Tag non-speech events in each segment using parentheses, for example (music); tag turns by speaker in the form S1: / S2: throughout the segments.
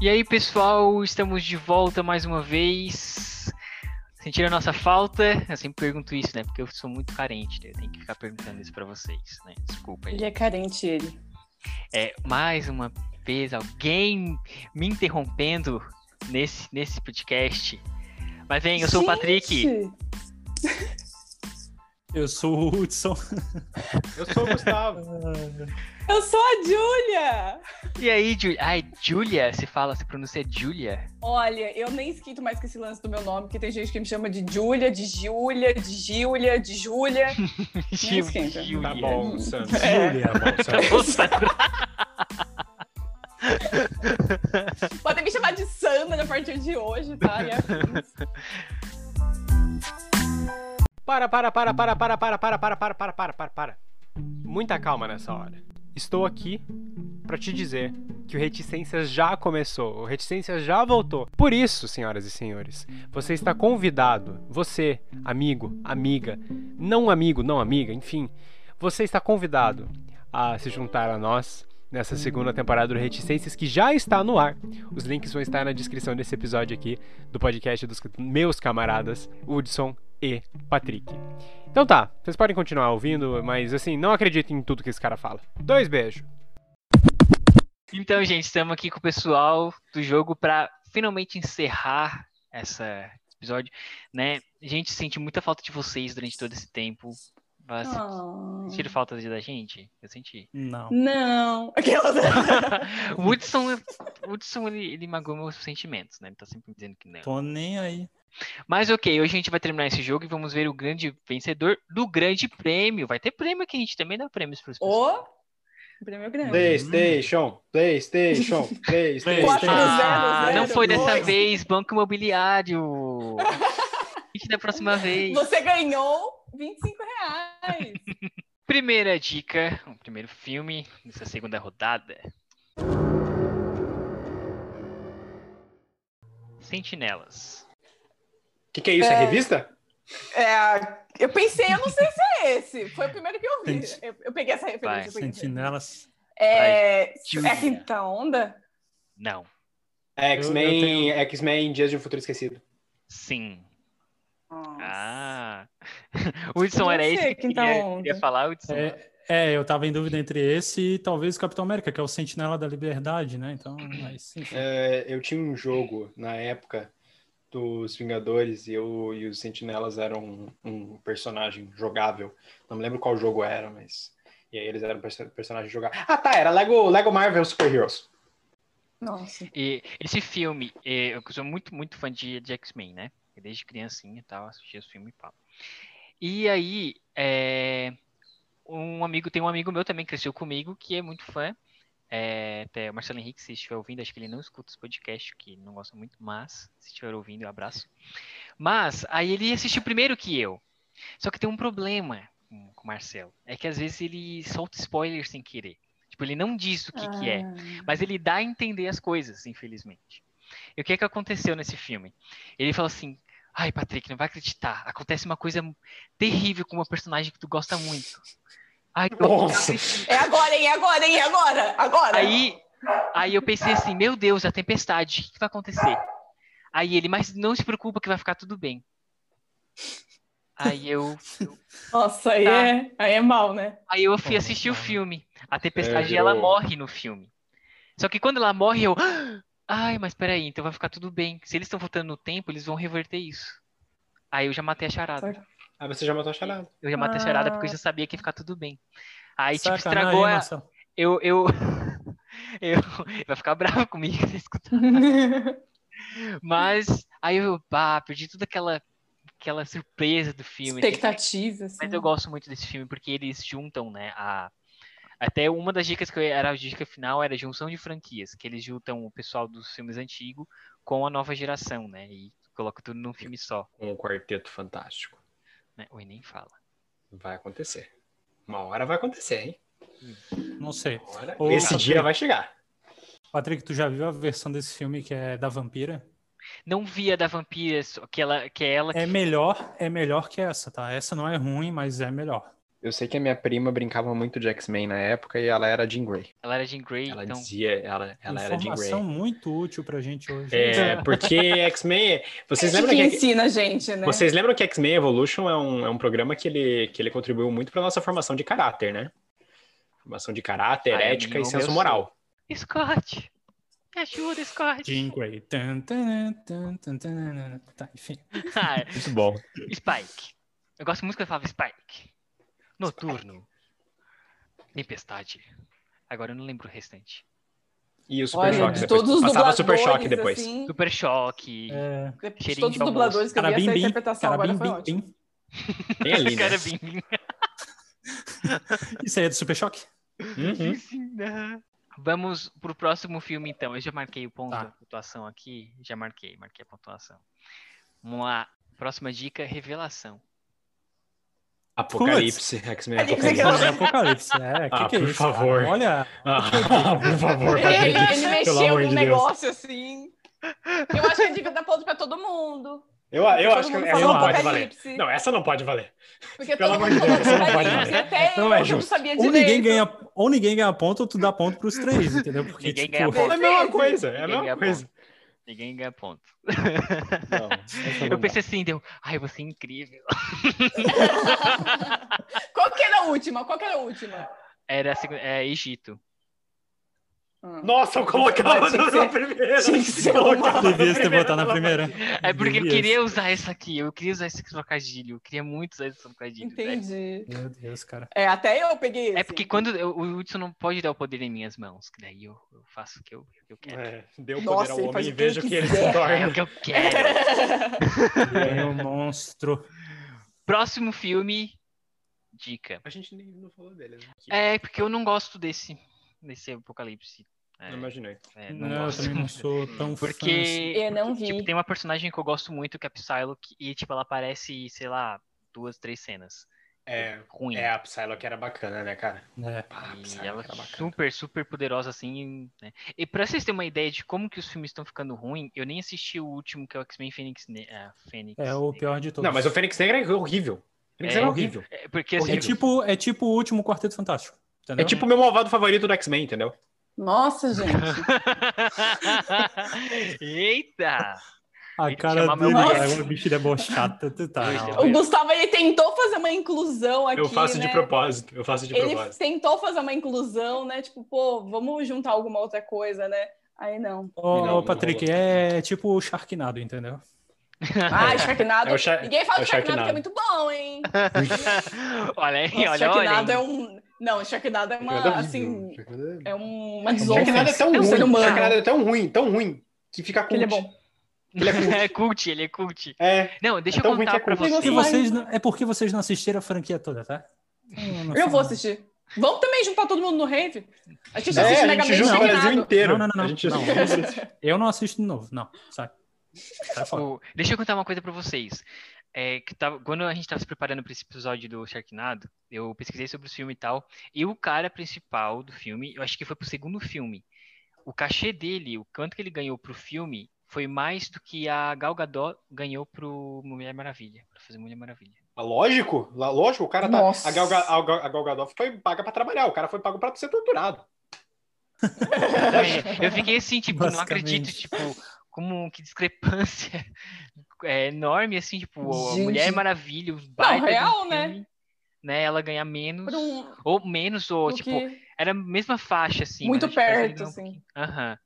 S1: E aí, pessoal, estamos de volta mais uma vez. Sentiram a nossa falta? Eu sempre pergunto isso, né? Porque eu sou muito carente, né? eu tenho que ficar perguntando isso pra vocês, né? Desculpa aí.
S2: Ele é carente, ele.
S1: É, mais uma vez, alguém me interrompendo nesse, nesse podcast. Mas vem, eu sou o Patrick.
S2: Gente!
S3: Eu sou o Hudson.
S4: Eu sou o Gustavo.
S2: Eu sou a Júlia!
S1: E aí, Julia? Ai, Julia, se fala, se pronuncia Julia.
S2: Olha, eu nem esquento mais com esse lance do meu nome, porque tem gente que me chama de Júlia, de Júlia, de Júlia, de Júlia.
S1: Ju- (laughs)
S2: esquenta.
S1: Julia.
S4: Tá bom, Sam.
S3: Júlia,
S2: (laughs)
S1: Tá
S3: moça.
S1: bom, Sandra.
S2: Podem me chamar de Sandra a partir de hoje, tá? E afins.
S5: Para, para, para, para, para, para, para, para, para, para, para, para, para. Muita calma nessa hora. Estou aqui para te dizer que o Reticências já começou, o Reticências já voltou. Por isso, senhoras e senhores, você está convidado, você, amigo, amiga, não amigo, não amiga, enfim, você está convidado a se juntar a nós nessa segunda temporada do Reticências que já está no ar. Os links vão estar na descrição desse episódio aqui do podcast dos meus camaradas Hudson e Patrick. Então tá, vocês podem continuar ouvindo, mas assim, não acreditem em tudo que esse cara fala. Dois beijos.
S1: Então, gente, estamos aqui com o pessoal do jogo para finalmente encerrar essa- esse episódio, né? A gente sente muita falta de vocês durante todo esse tempo. Vai-
S2: Ah.
S1: Sentiram falta da gente? Eu
S3: (laughs)
S1: senti.
S3: Não.
S2: Não. Aquela. (laughs)
S1: o Hudson, o Hudson ele, ele magoou meus sentimentos, né? Ele tá sempre dizendo que não.
S3: Tô nem aí.
S1: Mas ok, hoje a gente vai terminar esse jogo e vamos ver o grande vencedor do grande prêmio. Vai ter prêmio aqui, a gente também dá prêmios para os
S2: O prêmio grande.
S4: PlayStation, PlayStation,
S3: (laughs) Quatro
S4: PlayStation.
S3: zero.
S1: Ah,
S2: zero,
S1: não foi
S2: dois.
S1: dessa vez, Banco
S2: (laughs)
S1: Imobiliário. a gente da próxima vez.
S2: Você ganhou 25 reais.
S1: Primeira dica, o primeiro filme dessa segunda rodada. Sentinelas.
S4: O que, que é isso? É revista?
S2: É, eu pensei, eu não sei se é esse. Foi o primeiro que eu vi.
S3: Senti-
S2: Eu, eu peguei essa referência.
S1: Vai,
S2: eu peguei essa
S3: Sentinelas.
S2: referência. É,
S1: Júlia.
S2: é a quinta onda?
S1: Não.
S4: É X-Men,
S3: Eu- eu tenho-
S4: X-Men Dias de um Futuro Esquecido.
S1: Sim.
S2: Nossa.
S1: Ah. (laughs) Hudson, era
S2: Eu não
S1: esse
S2: sei
S1: que
S2: quem tá
S1: queria,
S2: onda.
S1: queria falar, Hudson?
S3: É, é, eu tava em dúvida entre esse e talvez o Capitão América, que é o Sentinela da Liberdade, né? Então, aí sim.
S4: É, eu tinha um jogo na época dos Vingadores e, eu, e os Sentinelas eram um, um personagem jogável. Não me lembro qual jogo era, mas. E aí eles eram perso personagens jogáveis. Ah, tá, era Lego, Lego Marvel Super Heroes.
S2: Nossa.
S1: E esse filme, eh, eu sou muito, muito fã de, de X-Men, né? Desde criancinha e tal, assistia os filmes e pau. E aí, eh, um amigo, tem um amigo meu também, que cresceu comigo, que é muito fã. eh, até o Marcelo Henrique, se estiver ouvindo, acho que ele não escuta os podcasts, que não gosta muito, mas se estiver ouvindo, eu abraço. Mas, aí ele assistiu primeiro que eu. Só que tem um problema com, com o Marcelo. É que às vezes ele solta spoilers sem querer. Tipo, ele não diz o que, que é mas ele dá a entender as coisas, infelizmente. E o que é que aconteceu nesse filme? Ele falou assim: "Ai, Patrick, não vai acreditar. Acontece uma coisa terrível com uma personagem que tu gosta muito." Ai, tu não
S4: Nossa.
S1: acredita."
S2: É agora, hein? É agora, hein? É agora! Agora!
S1: aí, aí eu pensei assim: "Meu Deus, a tempestade, o que, que vai acontecer?" Aí ele: "Mas não se preocupa que vai ficar tudo bem." Aí eu,
S2: Nossa, aí,
S1: Tá.
S2: é, aí é mal, né?
S1: aí eu fui
S3: Pô,
S1: assistir o
S3: cara.
S1: filme. A tempestade,
S4: É,
S1: ela
S4: eu-
S1: morre no filme. Só que quando ela morre, eu. (gasps) Ai, mas peraí, então vai ficar tudo bem. Se eles estão voltando no tempo, eles vão reverter isso. Aí eu já matei a charada.
S2: Saca-
S4: Ah, você já matou a charada.
S1: Eu já matei a charada porque eu
S2: Ah.
S1: já sabia que ia ficar tudo bem. Aí, tipo,
S3: Sacanagem,
S1: estragou
S3: hein,
S1: a.
S3: Marcelo?
S1: Eu. eu... (laughs) eu... (laughs) Vai ficar bravo comigo (laughs) se escutar.
S2: (laughs)
S1: Mas aí eu pá, perdi toda aquela, aquela surpresa do filme. assim.
S2: Expectativa, assim.
S1: Mas eu gosto muito desse filme porque eles juntam, né, a até uma das dicas que eu- era a dica final era a junção de franquias, que eles juntam o pessoal dos filmes antigos com a nova geração, né? E coloca tudo num filme só,
S4: Com o Um Quarteto Fantástico.
S1: né? Oi, nem fala.
S4: Vai acontecer. Uma hora vai acontecer, hein?
S3: Não sei.
S4: Uma hora.
S3: Ô,
S4: Esse
S3: Patrick.
S4: dia vai chegar.
S3: Patrick, tu já viu a versão desse filme que é da vampira?
S1: Não via da vampira, só que ela que é ela
S3: É melhor, é melhor que essa, tá? Essa não é ruim, mas é melhor.
S4: Eu sei que a minha prima brincava muito de X-Men na época e ela era Jean Grey.
S1: Ela era Jean Grey,
S4: Ela
S1: então.
S4: dizia, ela, ela era Jean Grey.
S3: Informação muito útil pra gente hoje.
S2: (laughs)
S4: É, porque X-Men. Vocês
S2: É de
S4: lembram
S2: quem
S4: que.
S2: ensina a gente, né?
S4: Vocês lembram que X-Men Evolution é um, é um programa que ele, que ele contribuiu muito para nossa formação de caráter, né? Formação de caráter,
S1: Ah, é
S4: ética e
S1: mínimo,
S4: senso
S1: eu
S4: moral.
S1: Scott! Me ajuda, Scott!
S3: Jean Grey. Tan, tan, tan, tan, tan, tan. Tá, enfim.
S1: (laughs) Ah, é.
S4: Muito bom.
S1: Spike. Eu gosto muito que eu falava Spike. Noturno. Tempestade. Agora eu não lembro o restante.
S4: E o Super
S2: Olha,
S4: Choque
S2: de
S4: depois.
S2: todos os
S4: Passava
S2: dubladores,
S4: Super Choque depois.
S2: assim,
S1: Super Choque.
S3: É,
S2: de
S1: Cheirinho
S2: todos
S1: de
S2: os dubladores
S1: almoço.
S2: que eu vi, essa
S3: Carabim, bim,
S2: interpretação agora
S3: carabim,
S2: foi
S3: bim,
S2: ótima.
S3: bim.
S4: Tem
S1: (laughs)
S2: (laughs)
S4: ali, né?
S2: é
S1: Cara, é bem-
S3: Isso aí é do Super Choque?
S4: Uhum.
S1: assim, né? Vamos pro próximo filme, então. Eu já marquei o ponto,
S3: Tá.
S1: a pontuação aqui. Já marquei, marquei a pontuação. Vamos lá. Próxima dica, revelação.
S4: Apocalipse. X-Men
S2: Apocalipse.
S4: Apocalipse.
S3: É Apocalipse. É, que
S4: Ah,
S3: que é
S4: por
S3: isso, cara?
S4: favor.
S3: Olha,
S4: Ah, (laughs) por favor,
S2: Ele, ele
S4: Patrick. Pelo
S2: mexeu
S4: amor
S2: num
S4: de Deus.
S2: negócio assim. Eu acho que ele devia dar ponto pra todo mundo.
S4: Eu, eu
S2: Todo
S4: acho que é
S2: mundo
S4: essa
S2: falou um
S4: não pode valer.
S2: apocalipse.
S4: Não, essa não pode valer.
S2: Porque
S4: Pelo
S2: todo
S4: amor
S2: mundo
S4: de Deus,
S2: falou
S4: não vai
S2: apocalipse.
S4: dar.
S2: Até
S4: Não
S2: eu
S4: é
S2: não
S4: justo.
S2: sabia
S3: ou
S2: direito.
S3: ninguém, ganha, ou ninguém ganha ponto, ou tu dá ponto pros três, entendeu? Porque,
S1: Ninguém
S3: tipo,
S1: ganha
S3: (laughs)
S4: É
S1: ponto.
S4: a mesma coisa. É a
S1: Ninguém
S4: mesma
S1: ganha
S4: coisa.
S1: ponto. Ninguém ganha ponto.
S4: Não, essa não
S1: Eu pensei assim, deu. Ai, você é incrível.
S2: Qual que era a última? Qual que era a última?
S1: Era a segunda- é,
S4: (laughs)
S1: Egito.
S3: Ah.
S4: dá. Nossa, eu colocava
S2: Mas tinha que
S4: na
S2: ser-
S4: primeira.
S2: tinha que ser
S4: Eu colocava na
S3: Devia ter botado na
S4: pela-
S3: primeira.
S1: É porque eu
S3: Devia.
S1: queria usar essa aqui. Eu queria usar esse trocadilho. Eu queria muito usar esse trocadilho. né?
S2: Entendi.
S3: Meu Deus, cara.
S2: É, até eu peguei esse.
S1: É porque quando eu- o Hudson não pode dar o poder em minhas mãos, que daí eu, eu faço o que eu, o que eu quero.
S4: É, deu poder
S2: Nossa,
S4: ao
S2: ele faz
S4: homem e
S2: o que ele
S4: veja o que ele se
S2: quiser.
S1: É né? o
S2: (laughs)
S4: torna. (laughs)
S1: que eu quero.
S3: Ele é um monstro.
S1: Próximo filme, dica.
S4: A gente nem não falou dele, né?
S1: É, porque eu não gosto desse, desse apocalipse. É,
S4: Não imaginei.
S1: (laughs) é,
S3: Não,
S1: não
S3: eu
S1: gosto. (laughs)
S3: também não sou tão fã assim.
S1: Porque
S2: Eu não
S1: porque,
S2: vi.
S1: tipo, tem uma personagem que eu gosto muito, que é a Psylocke, e tipo, ela aparece, sei lá, duas, três cenas.
S4: É,
S1: Ruim.
S4: é a Psylocke era bacana, né, cara?
S3: É.
S4: Ah, a Psylocke
S1: E ela
S4: era
S1: é
S4: bacana.
S1: super, super poderosa, assim, né? E pra vocês terem uma ideia de como que os filmes estão ficando ruim, eu nem assisti o último, que é o X-Men Fênix, Ne- é, Fênix.
S3: É o pior de todos.
S4: Não, mas o Fênix Negra é horrível. O Fênix
S1: É
S4: Negra é horrível.
S1: É, porque, assim,
S3: é tipo, é tipo o último Quarteto Fantástico.
S4: É
S3: Entendeu?
S4: tipo o meu malvado favorito do X-Men, entendeu?
S2: (laughs) Nossa, gente.
S1: (laughs) Eita!
S3: a
S1: ele
S3: cara
S1: chama
S3: dele,
S1: meu
S3: cara,
S2: marido.
S3: o bicho debochado. tu Tá,
S1: Não.
S2: O Gustavo, ele tentou fazer uma inclusão aqui,
S4: eu faço
S2: né?
S4: de propósito. Eu faço de
S2: Ele
S4: propósito.
S2: tentou fazer uma inclusão, né? Tipo, pô, vamos juntar alguma outra coisa, né? Aí não.
S3: Ô,
S4: Não, não
S3: Patrick,
S4: rolou.
S3: é tipo o Sharknado, entendeu?
S2: Ah, Sharknado.
S4: É o Sha-
S2: Ninguém fala
S4: é o
S2: de Sharknado, que é
S4: Sharknado.
S2: muito bom, hein?
S1: olha aí,
S2: Nossa,
S1: olha, olha.
S2: Sharknado
S1: aí.
S2: é um... Não, Sharknado é uma, assim... É uma desonra.
S4: Sharknado é tão
S2: É um ser
S4: ruim.
S2: humano.
S4: Sharknado é tão ruim, tão ruim, que fica cult.
S2: Que ele é bom.
S1: (laughs)
S4: Ele é cult.
S1: É cult, ele é cult.
S4: É.
S1: Não, deixa
S4: É tão
S1: eu
S4: ruim que
S1: contar
S4: é
S1: pra
S4: cult.
S1: vocês.
S3: Porque
S2: Sim.
S3: vocês não- é porque vocês não assistiram a franquia toda, tá? Hum, não
S2: Eu
S3: sei
S2: vou
S3: não.
S2: assistir. Vamos também juntar todo mundo no rave? A gente
S4: É,
S2: assiste
S4: a
S2: Mega
S4: gente
S2: Man
S4: junta um. o Brasil
S2: Sharknado.
S4: inteiro.
S3: Não, não, não, não.
S4: A gente
S3: Não.
S4: junta o Brasil
S3: Eu não assisto de novo, não. Tá Sai. Sai fora.
S1: O- Deixa eu contar uma coisa pra vocês. É, que tava- quando a gente tava se preparando pra esse episódio do Sharknado, eu pesquisei sobre o filme e tal. E o cara principal do filme, eu acho que foi pro segundo filme. O cachê dele, o quanto que ele ganhou pro filme, foi mais do que a Gal Gadot ganhou pro Mulher Maravilha, pra fazer Mulher Maravilha.
S4: Ah, Lógico, lá- lógico, o cara tá.
S2: Nossa.
S4: A Gal, Ga- a Gal- a Gal Gadot foi paga pra trabalhar, o cara foi pago pra ser torturado.
S1: É, eu fiquei assim, tipo, não acredito,
S3: Basicamente.
S1: tipo, como que discrepância (laughs) é, enorme, assim, tipo, a
S2: Gente.
S1: Mulher Maravilha, os baita do
S2: real, né?
S1: filme, né? Ela ganhar menos,
S2: Por um...
S1: ou menos, ou,
S2: do
S1: tipo,
S2: que-
S1: era a mesma faixa, assim.
S2: Muito
S1: mas acho que talvez
S2: perto,
S1: ele não-
S2: assim.
S1: Aham.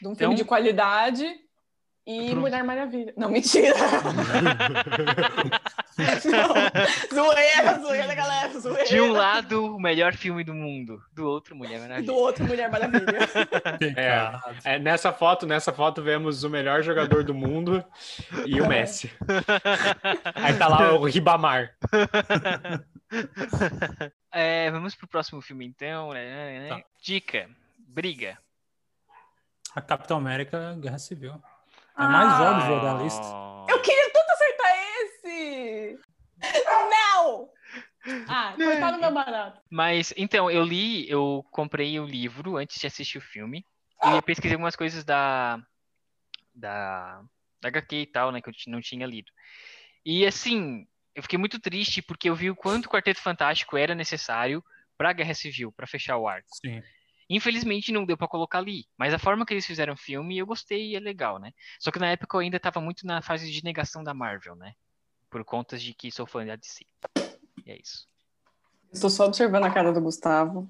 S2: De um filme
S1: Então-
S2: de qualidade e
S1: Pronto.
S2: Mulher Maravilha. Não,
S4: (laughs)
S2: mentira! (laughs) Não. Zoeira, zoeira, galera, zoeira.
S1: De um lado, o melhor filme do mundo. Do outro, Mulher Maravilha.
S2: Do outro Mulher Maravilha.
S3: Pecado.
S4: É, nessa foto, nessa foto vemos o melhor jogador do mundo e
S3: (laughs)
S4: o Messi. Aí tá lá o Ribamar.
S1: É, vamos pro próximo filme, então. né?
S3: Tá.
S1: Dica. Briga.
S3: A Capitão América, Guerra Civil.
S1: Ah.
S3: É mais óbvio da lista.
S2: Eu queria tanto acertar esse! Não! Ah,
S1: Né?
S2: cortaram meu barato.
S1: Mas, então, eu li, eu comprei o livro antes de assistir o filme. E pesquisei algumas coisas da, da, da HQ e tal, né? Que eu ti- não tinha lido. E, assim, eu fiquei muito triste porque eu vi o quanto o Quarteto Fantástico era necessário para a Guerra Civil, para fechar o arco.
S3: Sim.
S1: Infelizmente não deu para colocar ali, mas a forma que eles fizeram o filme eu gostei e é legal, né? Só que na época eu ainda tava muito na fase de negação da Marvel, né? Por contas de que sou fã da DC. E é isso.
S2: Estou só observando a cara do Gustavo.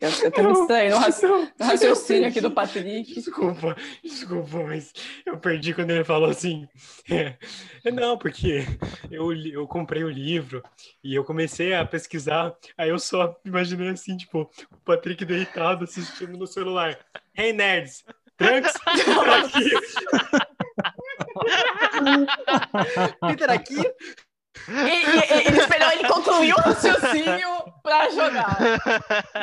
S2: Eu, eu também estranho no raci- no raciocínio aqui do Patrick.
S4: Desculpa, desculpa, mas eu perdi quando ele falou assim. É, não, porque eu, li- eu comprei o livro e eu comecei a pesquisar, aí eu só imaginei assim, tipo, o Patrick deitado assistindo no celular. Hey, nerds! Trunks, tá aqui.
S2: (laughs)
S5: Peter aqui?
S2: E- e- e- ele esperou ele concluir o raciocínio pra jogar.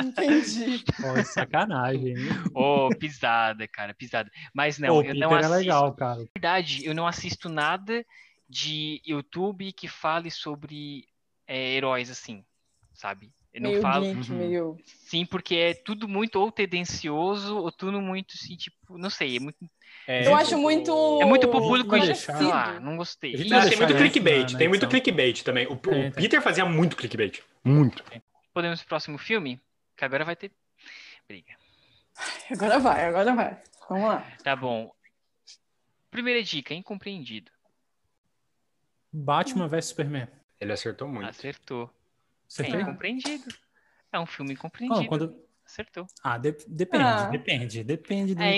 S2: Entendi.
S3: Pô, é sacanagem. hein?
S1: Ô, pisada, cara, pisada. Mas não,
S3: Pô,
S1: eu
S3: Peter
S1: não
S3: é
S1: assisto.
S3: legal, cara.
S1: Na verdade, eu não assisto nada de YouTube que fale sobre é, heróis assim, sabe? Eu não
S2: Meio
S1: falo.
S2: geek,
S3: Uhum.
S2: meio.
S1: Sim, porque é tudo muito ou tendencioso, ou tudo muito, assim, tipo, não sei, é muito,
S4: É,
S2: Eu acho muito.
S1: é muito pro
S3: gente
S1: público
S3: vai
S1: e,
S3: deixar.
S1: sei lá, não gostei.
S3: A gente
S1: E
S3: vai
S4: Mas
S1: acho que
S4: tem muito
S3: deixar né? isso
S4: clickbait,
S3: na- na
S4: tem muito
S3: edição.
S4: clickbait também. O, o
S3: Tem, tem.
S4: Peter fazia muito clickbait. Muito.
S1: podemos ir pro próximo filme, que agora vai ter briga.
S2: Agora vai, agora vai. Vamos lá.
S1: Tá bom. Primeira dica, incompreendido.
S3: Batman vs Superman.
S4: Ele acertou muito.
S1: Acertou. É
S3: Acertei?
S1: incompreendido. É um filme
S3: Não,
S1: incompreendido.
S3: quando-
S1: Acertou.
S3: Ah, de- depende,
S2: Ah.
S3: depende, depende do
S1: É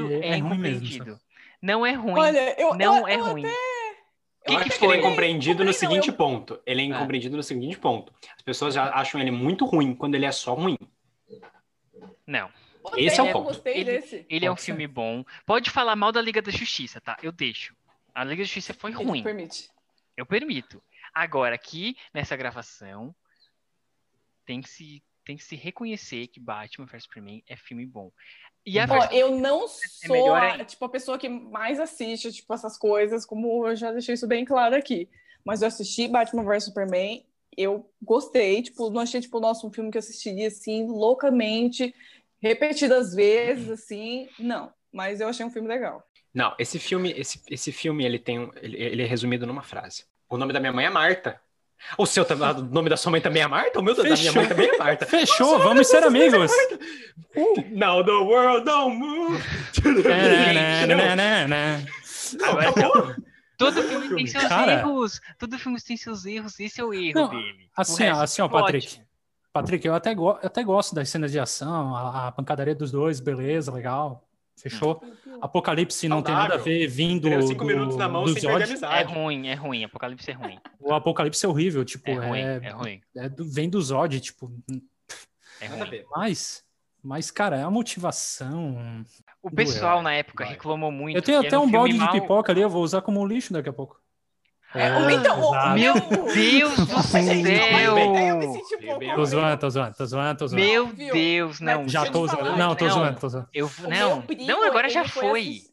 S1: incompreendido,
S3: porque
S1: é,
S3: é ruim mesmo.
S1: incompreendido.
S3: sabe?
S1: não é ruim.
S2: Olha, eu.
S1: não
S2: eu-
S1: é
S2: eu
S1: ruim.
S2: até-
S1: Que
S4: Eu
S1: que
S4: acho que
S1: foi?
S4: ele é incompreendido no
S2: Comprei, não,
S4: seguinte ponto. Ele é
S1: Ah.
S4: incompreendido no seguinte ponto. As pessoas já acham ele muito ruim quando ele é só ruim.
S1: Não.
S2: gostei,
S4: Esse é o
S2: eu
S4: ponto.
S2: gostei
S1: Ele-
S2: desse.
S1: Ele é um
S3: Pode ser.
S1: filme bom. Pode falar mal da Liga da Justiça, tá? Eu deixo. A Liga da Justiça foi
S2: Ele
S1: é ruim.
S2: Permite.
S1: Eu permito. Agora, aqui, nessa gravação, tem que se, tem que se reconhecer que Batman vs Superman é filme bom. E a
S3: Bom,
S2: Ó,
S1: versão-
S2: eu não sou
S1: é melhor
S2: a,
S1: ainda.
S2: tipo, a pessoa que mais assiste tipo, essas coisas, como eu já deixei isso bem claro aqui. Mas eu assisti Batman vs Superman, eu gostei, tipo, não achei, tipo, nossa, um filme que eu assistiria assim, loucamente, repetidas vezes, assim, não. Mas eu achei um filme legal.
S4: Não, esse filme, esse, esse filme, ele tem, um- ele, ele é resumido numa frase. O nome da minha mãe é Marta. O seu, tam- o nome da sua mãe também é Marta? O meu da da minha
S3: Fechou.
S4: mãe também é Marta.
S3: Fechou, vamos ser amigos.
S4: Uh. Now the world don't move.
S1: é
S3: Né, Nananana.
S1: Agora,
S4: Acabou.
S1: todo filme tem seus
S3: Cara.
S1: erros. Todo filme tem seus erros. Esse é o erro
S3: Não,
S1: dele.
S3: assim,
S1: O resto
S3: assim, ó,
S1: ficou
S3: Patrick.
S1: ótimo.
S3: Patrick, eu até, go- eu até gosto das cenas de ação, a, a pancadaria dos dois, beleza, legal.
S1: Hum.
S3: Fechou. Apocalipse não tem nada a ver vindo
S4: Ele deu cinco
S3: do-
S4: minutos na mão
S3: do
S4: sem perder a
S3: Zod.
S1: É
S4: amizade.
S1: ruim, é ruim. Apocalipse é ruim.
S3: O Apocalipse é horrível, tipo,
S1: É ruim,
S3: é-
S1: é ruim.
S3: é do- vem do Zod, tipo,
S1: É
S4: Nada a
S1: ruim.
S4: ver.
S3: mas, mas, cara, é a motivação.
S1: O
S3: Do
S1: pessoal
S3: herói,
S1: na época
S4: vai.
S1: reclamou muito.
S3: Eu tenho
S1: que
S3: até
S1: era
S3: um
S1: É filme
S3: balde de
S1: mal-
S3: pipoca ali, eu vou usar como um lixo daqui a pouco.
S2: É, o- então, o-
S3: exato.
S1: Meu
S2: Não.
S1: Deus do
S2: Nossa, (laughs) gente,
S1: céu!
S2: não, mas eu me senti um
S4: Meu
S2: pouco
S4: Deus.
S3: Tô
S2: mal.
S3: zoando, tô zoando, tô zoando, tô zoando.
S1: Meu
S2: viu?
S1: Deus, não.
S2: Mas
S3: Já
S2: deixa eu
S3: tô
S2: te
S3: zoando.
S2: falar,
S3: Não, tô
S1: não.
S3: zoando, tô zoando.
S1: Eu
S2: um O
S1: não.
S2: meu primo,
S1: não, agora já
S2: ele
S1: foi.
S2: assis-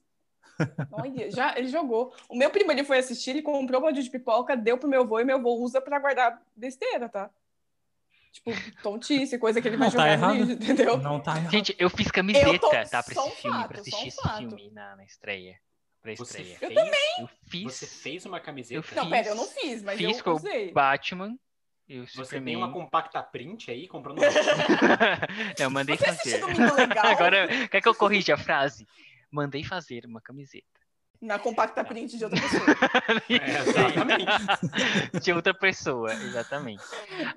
S1: (laughs)
S2: Olha, já ele jogou. O meu primo ele foi assistir, ele comprou um balde de pipoca, deu pro meu avô e meu avô usa pra guardar besteira, tá? Tipo, tontice, coisa que ele vai
S3: Não, tá
S2: jogar
S3: errado.
S2: no lixo, entendeu?
S3: Não tá errado.
S1: Gente, eu fiz camiseta,
S2: Eu tô-
S1: tá? Pra
S2: só
S1: esse
S2: um
S1: filme,
S2: fato,
S1: pra
S2: só
S1: assistir
S2: um
S1: esse
S2: fato.
S1: filme na, na estreia. Pra
S4: Você
S1: estreia.
S4: fez-
S2: Eu
S1: Eu fiz.
S4: Você fez uma
S1: Eu
S4: camiseta?
S1: fiz.
S2: Não, pera, eu não fiz, mas
S1: Fiz com-
S2: eu usei.
S1: Batman. Eu
S4: Você
S1: Superman. (laughs)
S4: tem uma compacta print aí, comprando
S1: não, eu mandei
S2: Você
S1: fazer.
S2: assistiu
S1: (laughs)
S2: Domingo é Legal
S1: Agora, quer que eu corrija a frase? Mandei fazer uma camiseta.
S2: na compacta print de outra pessoa.
S4: É, exatamente.
S1: (laughs)
S4: (laughs)
S1: de outra pessoa, exatamente.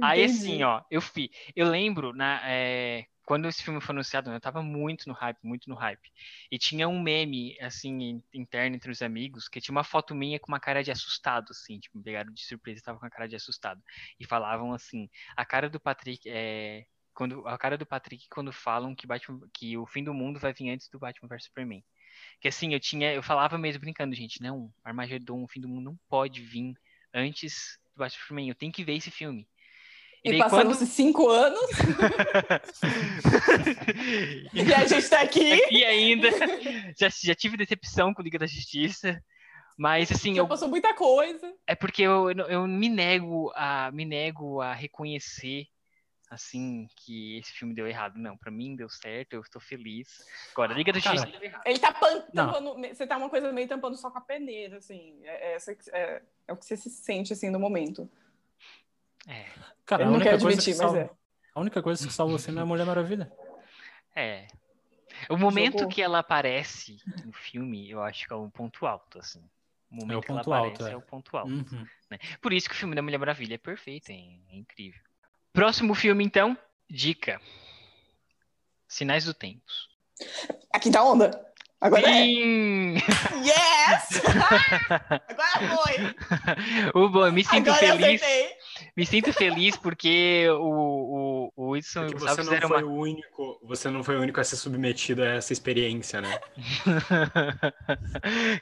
S1: Aí
S2: Entendi.
S1: assim, ó, eu fi, eu lembro na é, quando esse filme foi anunciado, eu tava muito no hype, muito no hype. E tinha um meme assim in- interno entre os amigos que tinha uma foto minha com uma cara de assustado, assim, tipo, me pegaram de surpresa, e tava com a cara de assustado e falavam assim, a cara do Patrick é quando a cara do Patrick quando falam que Batman, que o fim do mundo vai vir antes do Batman vs Superman. Que assim, eu tinha, eu falava mesmo brincando, gente, não, Armagedon, o fim do mundo não pode vir antes do Batman vs Superman, eu tenho que ver esse filme. (laughs) E,
S2: E
S1: daí quando
S2: passaram-se cinco anos (laughs) e
S1: (laughs)
S2: a gente tá aqui.
S1: e ainda (laughs) já, já tive decepção com Liga da Justiça, mas assim,
S2: Já
S1: eu
S2: passou muita coisa.
S1: É porque eu, eu não- eu me nego a me nego a reconhecer assim, que esse filme deu errado. Não, pra mim deu certo, eu estou feliz. Agora, Liga da
S3: Cara,
S1: Justiça deu errado.
S2: Ele tá pan- tampando. Você tá uma coisa meio tampando só com a peneira, assim. É, é essa que- é- é o que você se sente, assim, no momento.
S1: É,
S3: Cara,
S2: Eu
S3: a
S2: não
S3: única
S2: quero
S3: coisa
S2: admitir,
S3: que
S2: mas
S3: salva-
S2: é.
S3: A única coisa que salva o filme é a Mulher Maravilha.
S1: é. O momento
S2: Jogou.
S1: que ela aparece no filme, eu acho que é um ponto alto, assim. O momento que ela
S3: ponto alto,
S1: aparece
S3: é.
S1: é o ponto alto.
S3: Uhum.
S1: Por isso que o filme da Mulher Maravilha é perfeito, é é incrível. Próximo filme, então, dica. Sinais do Tempos.
S2: É A quinta onda? Agora é.
S1: Sim! (laughs)
S2: (laughs) Yes! Agora foi!
S1: Hugo, me sinto
S2: Agora eu
S1: feliz.
S2: acertei.
S1: Me sinto feliz porque o, o, o Wilson e o
S4: Porque
S1: Gustavo
S4: Então, É Tipo, você não
S1: fizeram
S4: foi
S1: uma.
S4: o único, você não foi o único a ser submetido a essa experiência, né?
S1: (laughs)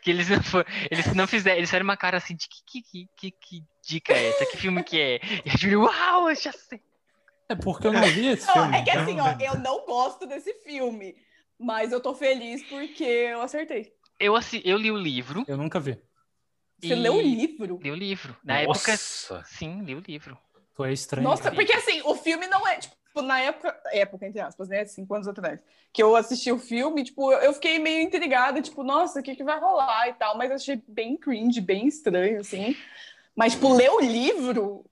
S1: que eles não, for... eles não fizeram. Eles fizeram uma cara assim de que, que, que, que, que dica é essa? Que filme que é? E a Julia, uau, eu já sei.
S3: É porque eu não
S2: (laughs)
S3: vi esse
S2: Ó,
S3: filme.
S2: é que assim, ó,
S3: então-
S2: eu não gosto desse filme, mas eu tô feliz porque eu acertei.
S1: Eu, assi... eu li o livro.
S3: Eu nunca vi.
S2: Você
S1: E-
S2: leu o livro?
S1: Li o livro. Na época.
S4: Nossa!
S1: Sim, li o livro.
S3: Tu é estranho.
S2: Nossa,
S3: cara.
S2: porque assim, o filme não é, tipo, na época, época, entre aspas, né? Cinco anos atrás, que eu assisti o filme, tipo, eu eu fiquei meio intrigada, tipo, nossa, o que, que vai rolar e tal, mas eu achei bem cringe, bem estranho, assim. Mas, tipo, ler o livro.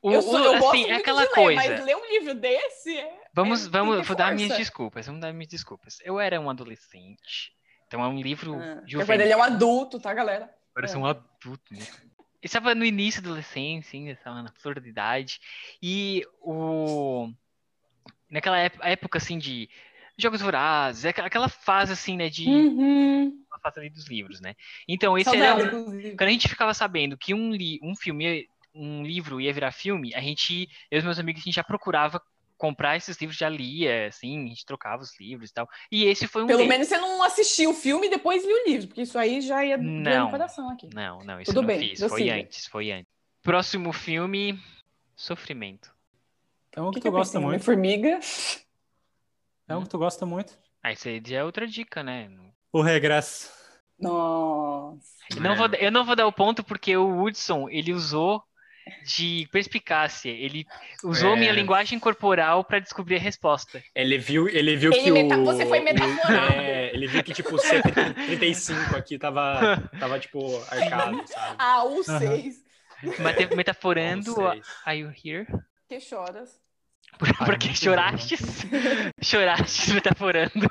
S1: O,
S2: eu,
S1: o-
S2: sou, eu gosto
S1: assim,
S2: muito
S1: é aquela
S2: de ler,
S1: coisa.
S2: mas ler um livro desse é.
S1: Vamos,
S2: É, tem
S1: vamos,
S2: que
S1: vou dar
S2: força.
S1: minhas desculpas. Vamos dar minhas desculpas. Eu era um adolescente, então é um livro
S2: Ah,
S1: juvenil.
S2: ele é um adulto, tá, galera?
S1: Agora eu sou um adulto. Né? Eu estava no início da adolescência, ainda estava na flor da idade. E o... naquela ép- época, assim, de jogos vorazes, aquela- aquela fase, assim, né, de
S2: Uhum.
S1: uma fase ali dos livros, né? Então, esse era
S2: Saudades,
S1: um-
S2: inclusive.
S1: quando a gente ficava sabendo que um, li- um filme, um livro ia virar filme, a gente, eu e os meus amigos, a gente já procurava comprar esses livros, já lia, assim, a gente trocava os livros e tal. E esse foi um
S2: Pelo
S1: deles.
S2: menos você não assistiu o filme e depois liu o livro, porque isso aí já ia doer
S1: Não.
S2: no coração aqui.
S1: Não, não, isso
S2: Tudo
S1: eu não
S2: bem,
S1: fiz. Foi
S2: prossiga.
S1: antes, foi antes. Próximo filme, Sofrimento.
S3: É um que, tu
S2: eu
S3: gosta
S2: pensei?
S3: muito.
S2: Formiga.
S3: É um que tu gosta muito.
S1: Ah, isso aí já é outra dica, né?
S3: O Regresso.
S2: Nossa.
S1: Eu não,
S4: É.
S1: vou, eu não vou dar o ponto porque o Woodson, ele usou de perspicácia. Ele usou
S4: É.
S1: minha linguagem corporal pra descobrir a resposta.
S4: Ele viu, ele viu
S2: Ele
S4: que
S2: meta-
S4: o...
S2: você foi
S4: o-
S2: metaforado.
S4: É, ele viu que, tipo, 35 aqui tava, tava tipo, arcado, sabe?
S2: Ah, o seis.
S1: Mate- Metaforando,
S4: Não sei.
S1: are you here?
S2: Que choras. (laughs)
S1: Por,
S3: Ai,
S1: porque
S3: muito
S1: chorastes? chorastes metaforando.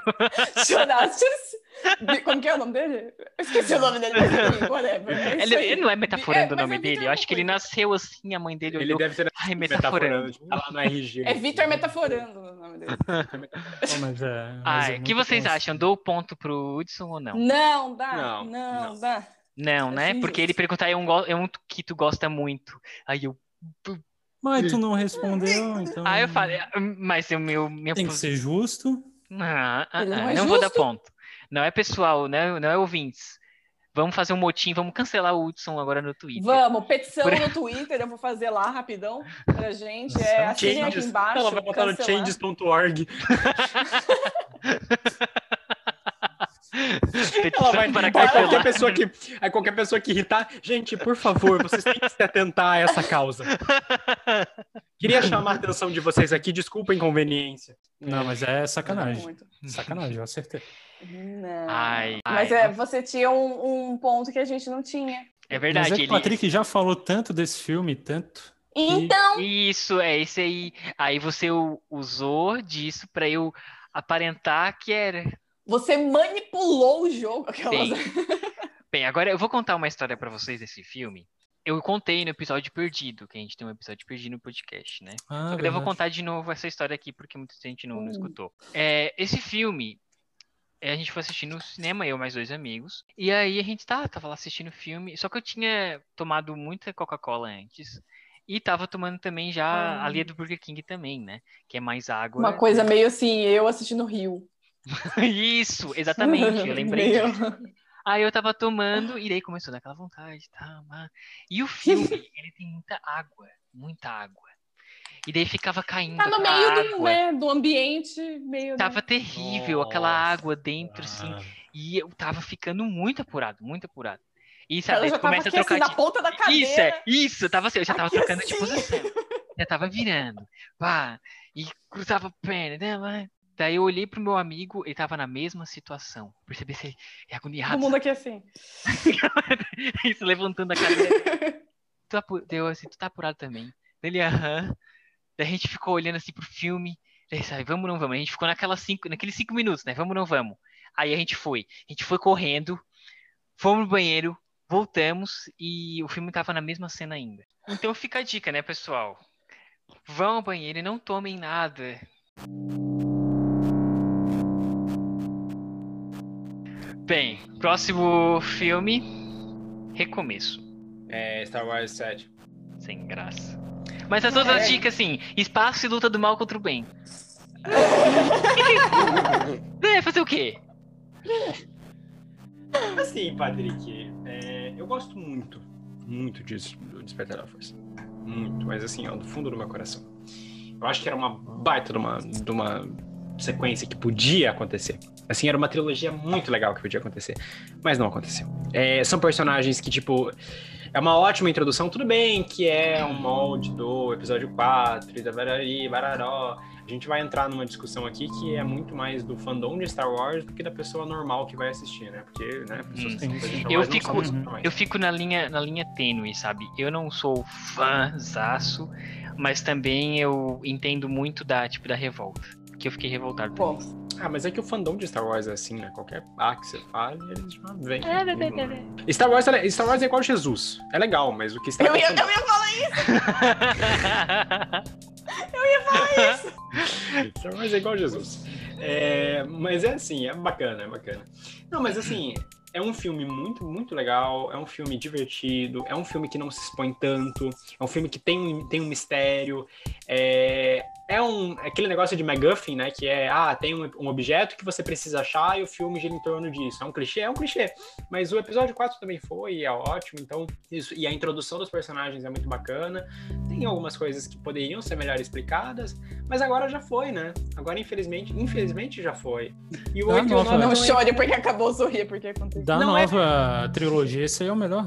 S2: Chorastes. De- Como que é o nome dele? Eu esqueci o nome dele, mas (laughs) enfim, whatever. É isso
S1: Ele,
S2: aí.
S1: ele não é metaforando
S2: É,
S1: o
S2: mas
S1: nome
S2: é Vitor
S1: dele. Eu acho que ele
S2: Hugo.
S1: nasceu assim, a mãe dele
S4: Ele
S1: olhou.
S4: deve ter
S1: Ai,
S4: metaforando,
S1: metaforando.
S4: tipo, tá lá no RG.
S2: É Vitor Metaforando o nome dele.
S3: Oh, mas é, mas é
S1: (laughs) Ai, Ah, o que
S3: muito
S1: vocês
S3: bom esse
S1: acham?
S3: filme.
S1: Dou o ponto pro Hudson ou não?
S2: Não dá,
S4: Não,
S2: não,
S4: não.
S2: dá.
S1: Não, né?
S2: Acho
S1: Porque
S2: injusto.
S1: ele perguntar é um, go- é um que tu gosta muito. Aí eu.
S3: Mas tu não respondeu,
S2: Hum.
S3: então.
S1: Ah, eu falei. ah, Mas o meu. Minha
S3: Tem que
S1: pos-
S3: ser justo.
S1: Ah, ah,
S2: Ele não
S1: ah,
S2: é
S1: não vou dar
S2: justo.
S1: ponto. Não é pessoal, não é, não é ouvintes. Vamos fazer um motim, vamos cancelar o Hudson agora no Twitter. (laughs)
S2: Vamos, petição
S1: Por-
S2: no Twitter, eu vou fazer lá rapidão pra gente. É,
S3: Nossa,
S2: assinem aqui
S4: changes.
S2: embaixo.
S4: Ela vai botar no
S2: cancelar.
S4: changes.org.
S1: Petição
S4: Ela vai
S1: para
S4: aí qualquer
S2: (laughs)
S1: cancelar.
S4: pessoa que aí qualquer pessoa que irritar, gente, por favor, vocês têm que se atentar a essa causa. Queria chamar a atenção de vocês aqui, desculpa a inconveniência.
S3: Não, mas é sacanagem.
S2: Muito.
S3: Sacanagem, eu acertei.
S2: Não.
S1: Ai,
S2: Mas
S1: ai,
S2: é, você tinha um, um ponto que a gente não tinha.
S1: é (laughs) verdade.
S3: mas é que o
S1: ele-
S3: Patrick já falou tanto desse filme, tanto.
S2: Então,
S1: Isso, é esse aí. Aí você u- usou disso pra eu aparentar que era.
S2: você manipulou o jogo. é Aquelas...
S1: Sim. Bem, agora eu vou contar uma história pra vocês desse filme. Eu contei no episódio perdido, que a gente tem um episódio perdido no podcast, né?
S3: Ah,
S1: Só que daí eu vou
S3: verdade.
S1: contar de novo essa história aqui, porque muita gente não, não
S2: Hum.
S1: escutou. É, esse filme, é, a gente foi assistir no cinema, eu mais dois amigos. E aí a gente tá, tava lá assistindo o filme, só que eu tinha tomado muita Coca-Cola antes. E tava tomando também já a
S2: Ah.
S1: linha do Burger King também, né? Que é mais água.
S2: Uma coisa meio assim, eu assistindo Rio. (laughs)
S1: Isso, exatamente, eu lembrei
S2: Meio-
S1: disso. Aí eu tava tomando, e daí começou a dar aquela vontade, tá, mas... E o
S2: (laughs)
S1: filme, ele tem muita água, muita água. E daí ficava caindo
S2: Tá no
S1: aquela
S2: meio do,
S1: água.
S2: né, do ambiente, meio. da-
S1: Tava terrível aquela
S4: Nossa.
S1: água dentro, assim.
S4: Ah,
S1: E eu tava ficando muito apurado, muito apurado. E
S2: Ela
S1: sabe,
S2: já
S1: começa
S2: tava
S1: a
S2: aqui,
S1: trocar
S2: assim,
S1: de...
S2: na ponta da cadeira.
S1: é, Isso, é, isso, eu tava assim, eu já tava
S2: Aqui
S1: trocando de
S2: assim.
S1: posição. já tava virando, pá, e cruzava a perna, né, mano? Daí eu olhei pro meu amigo, ele tava na mesma situação. Percebi se ele é agoniado.
S2: Todo mundo aqui assim.
S1: sabe? (laughs) Isso, levantando a cadeira. tu, tá apu- Daí eu assim, tu tá apurado também. Daí Ele, aham. Daí a gente ficou olhando assim pro filme. Daí, sabe, vamos ou não vamos? A gente ficou naquelas cinco, naqueles cinco minutos, né? Vamos ou não vamos? Aí a gente foi. A gente foi correndo, fomos no banheiro, voltamos e o filme tava na mesma cena ainda. Então fica a dica, né, pessoal? Vão ao banheiro e não tomem nada. Bem, próximo filme, Recomeço.
S4: É Star Wars 7.
S1: Sem graça. Mas as outras
S2: É.
S1: dicas, assim, espaço e luta do mal contra o
S2: (laughs)
S1: bem. é, fazer o quê?
S4: Assim, Patrick, é, eu gosto muito, muito disso, do Despertar da Força. Muito, mas assim, ó, do fundo do meu coração. Eu acho que era uma baita de uma, de uma sequência que podia acontecer. Assim, era uma trilogia muito legal que podia acontecer, mas não aconteceu. É, são personagens que, tipo, é uma ótima introdução, tudo bem que é um molde do episódio 4 e da barari, bararó. A gente vai entrar numa discussão aqui que é muito mais do fandom de Star Wars do que da pessoa normal que vai assistir, né? Porque, né, pessoas que
S3: Hum.
S4: são fãs de Star
S1: Eu
S4: Wars não
S1: fico-
S4: são pessoas normais.
S1: Eu fico na linha, na linha tênue, sabe? Eu não sou fãzaço, mas também eu entendo muito da, tipo, da revolta. Que eu fiquei revoltado. (laughs)
S2: Bom,
S4: Ah, mas é que o fandom de Star Wars é assim, né? Qualquer A que você fale, eles já vêm.
S2: É,
S4: Hum. Star Wars, é- Star Wars é igual Jesus. É legal, mas o que estraga
S2: eu
S4: é
S2: ia,
S4: o fandom.
S2: eu ia falar isso.
S4: Star Wars é igual Jesus. É, mas é assim, é bacana, é bacana. Não, mas assim, é um filme muito, muito legal, é um filme divertido, é um filme que não se expõe tanto, é um filme que tem um, tem um mistério, é, é um, aquele negócio de MacGuffin, né, que é, ah, tem um, um objeto que você precisa achar e o filme gira em torno disso. É um clichê? É um clichê. Mas o episódio 4 também foi, e é ótimo, então, isso. E a introdução dos personagens é muito bacana, tem algumas coisas que poderiam ser melhor explicadas, mas agora já foi, né? Agora, infelizmente, infelizmente já foi. E o
S3: Ah,
S4: 8 e o
S3: nova.
S4: é 9
S2: Não
S4: também-
S2: chore porque acabou, sorria porque aconteceu.
S3: Da
S4: Não é-
S3: nova trilogia, esse aí é o melhor.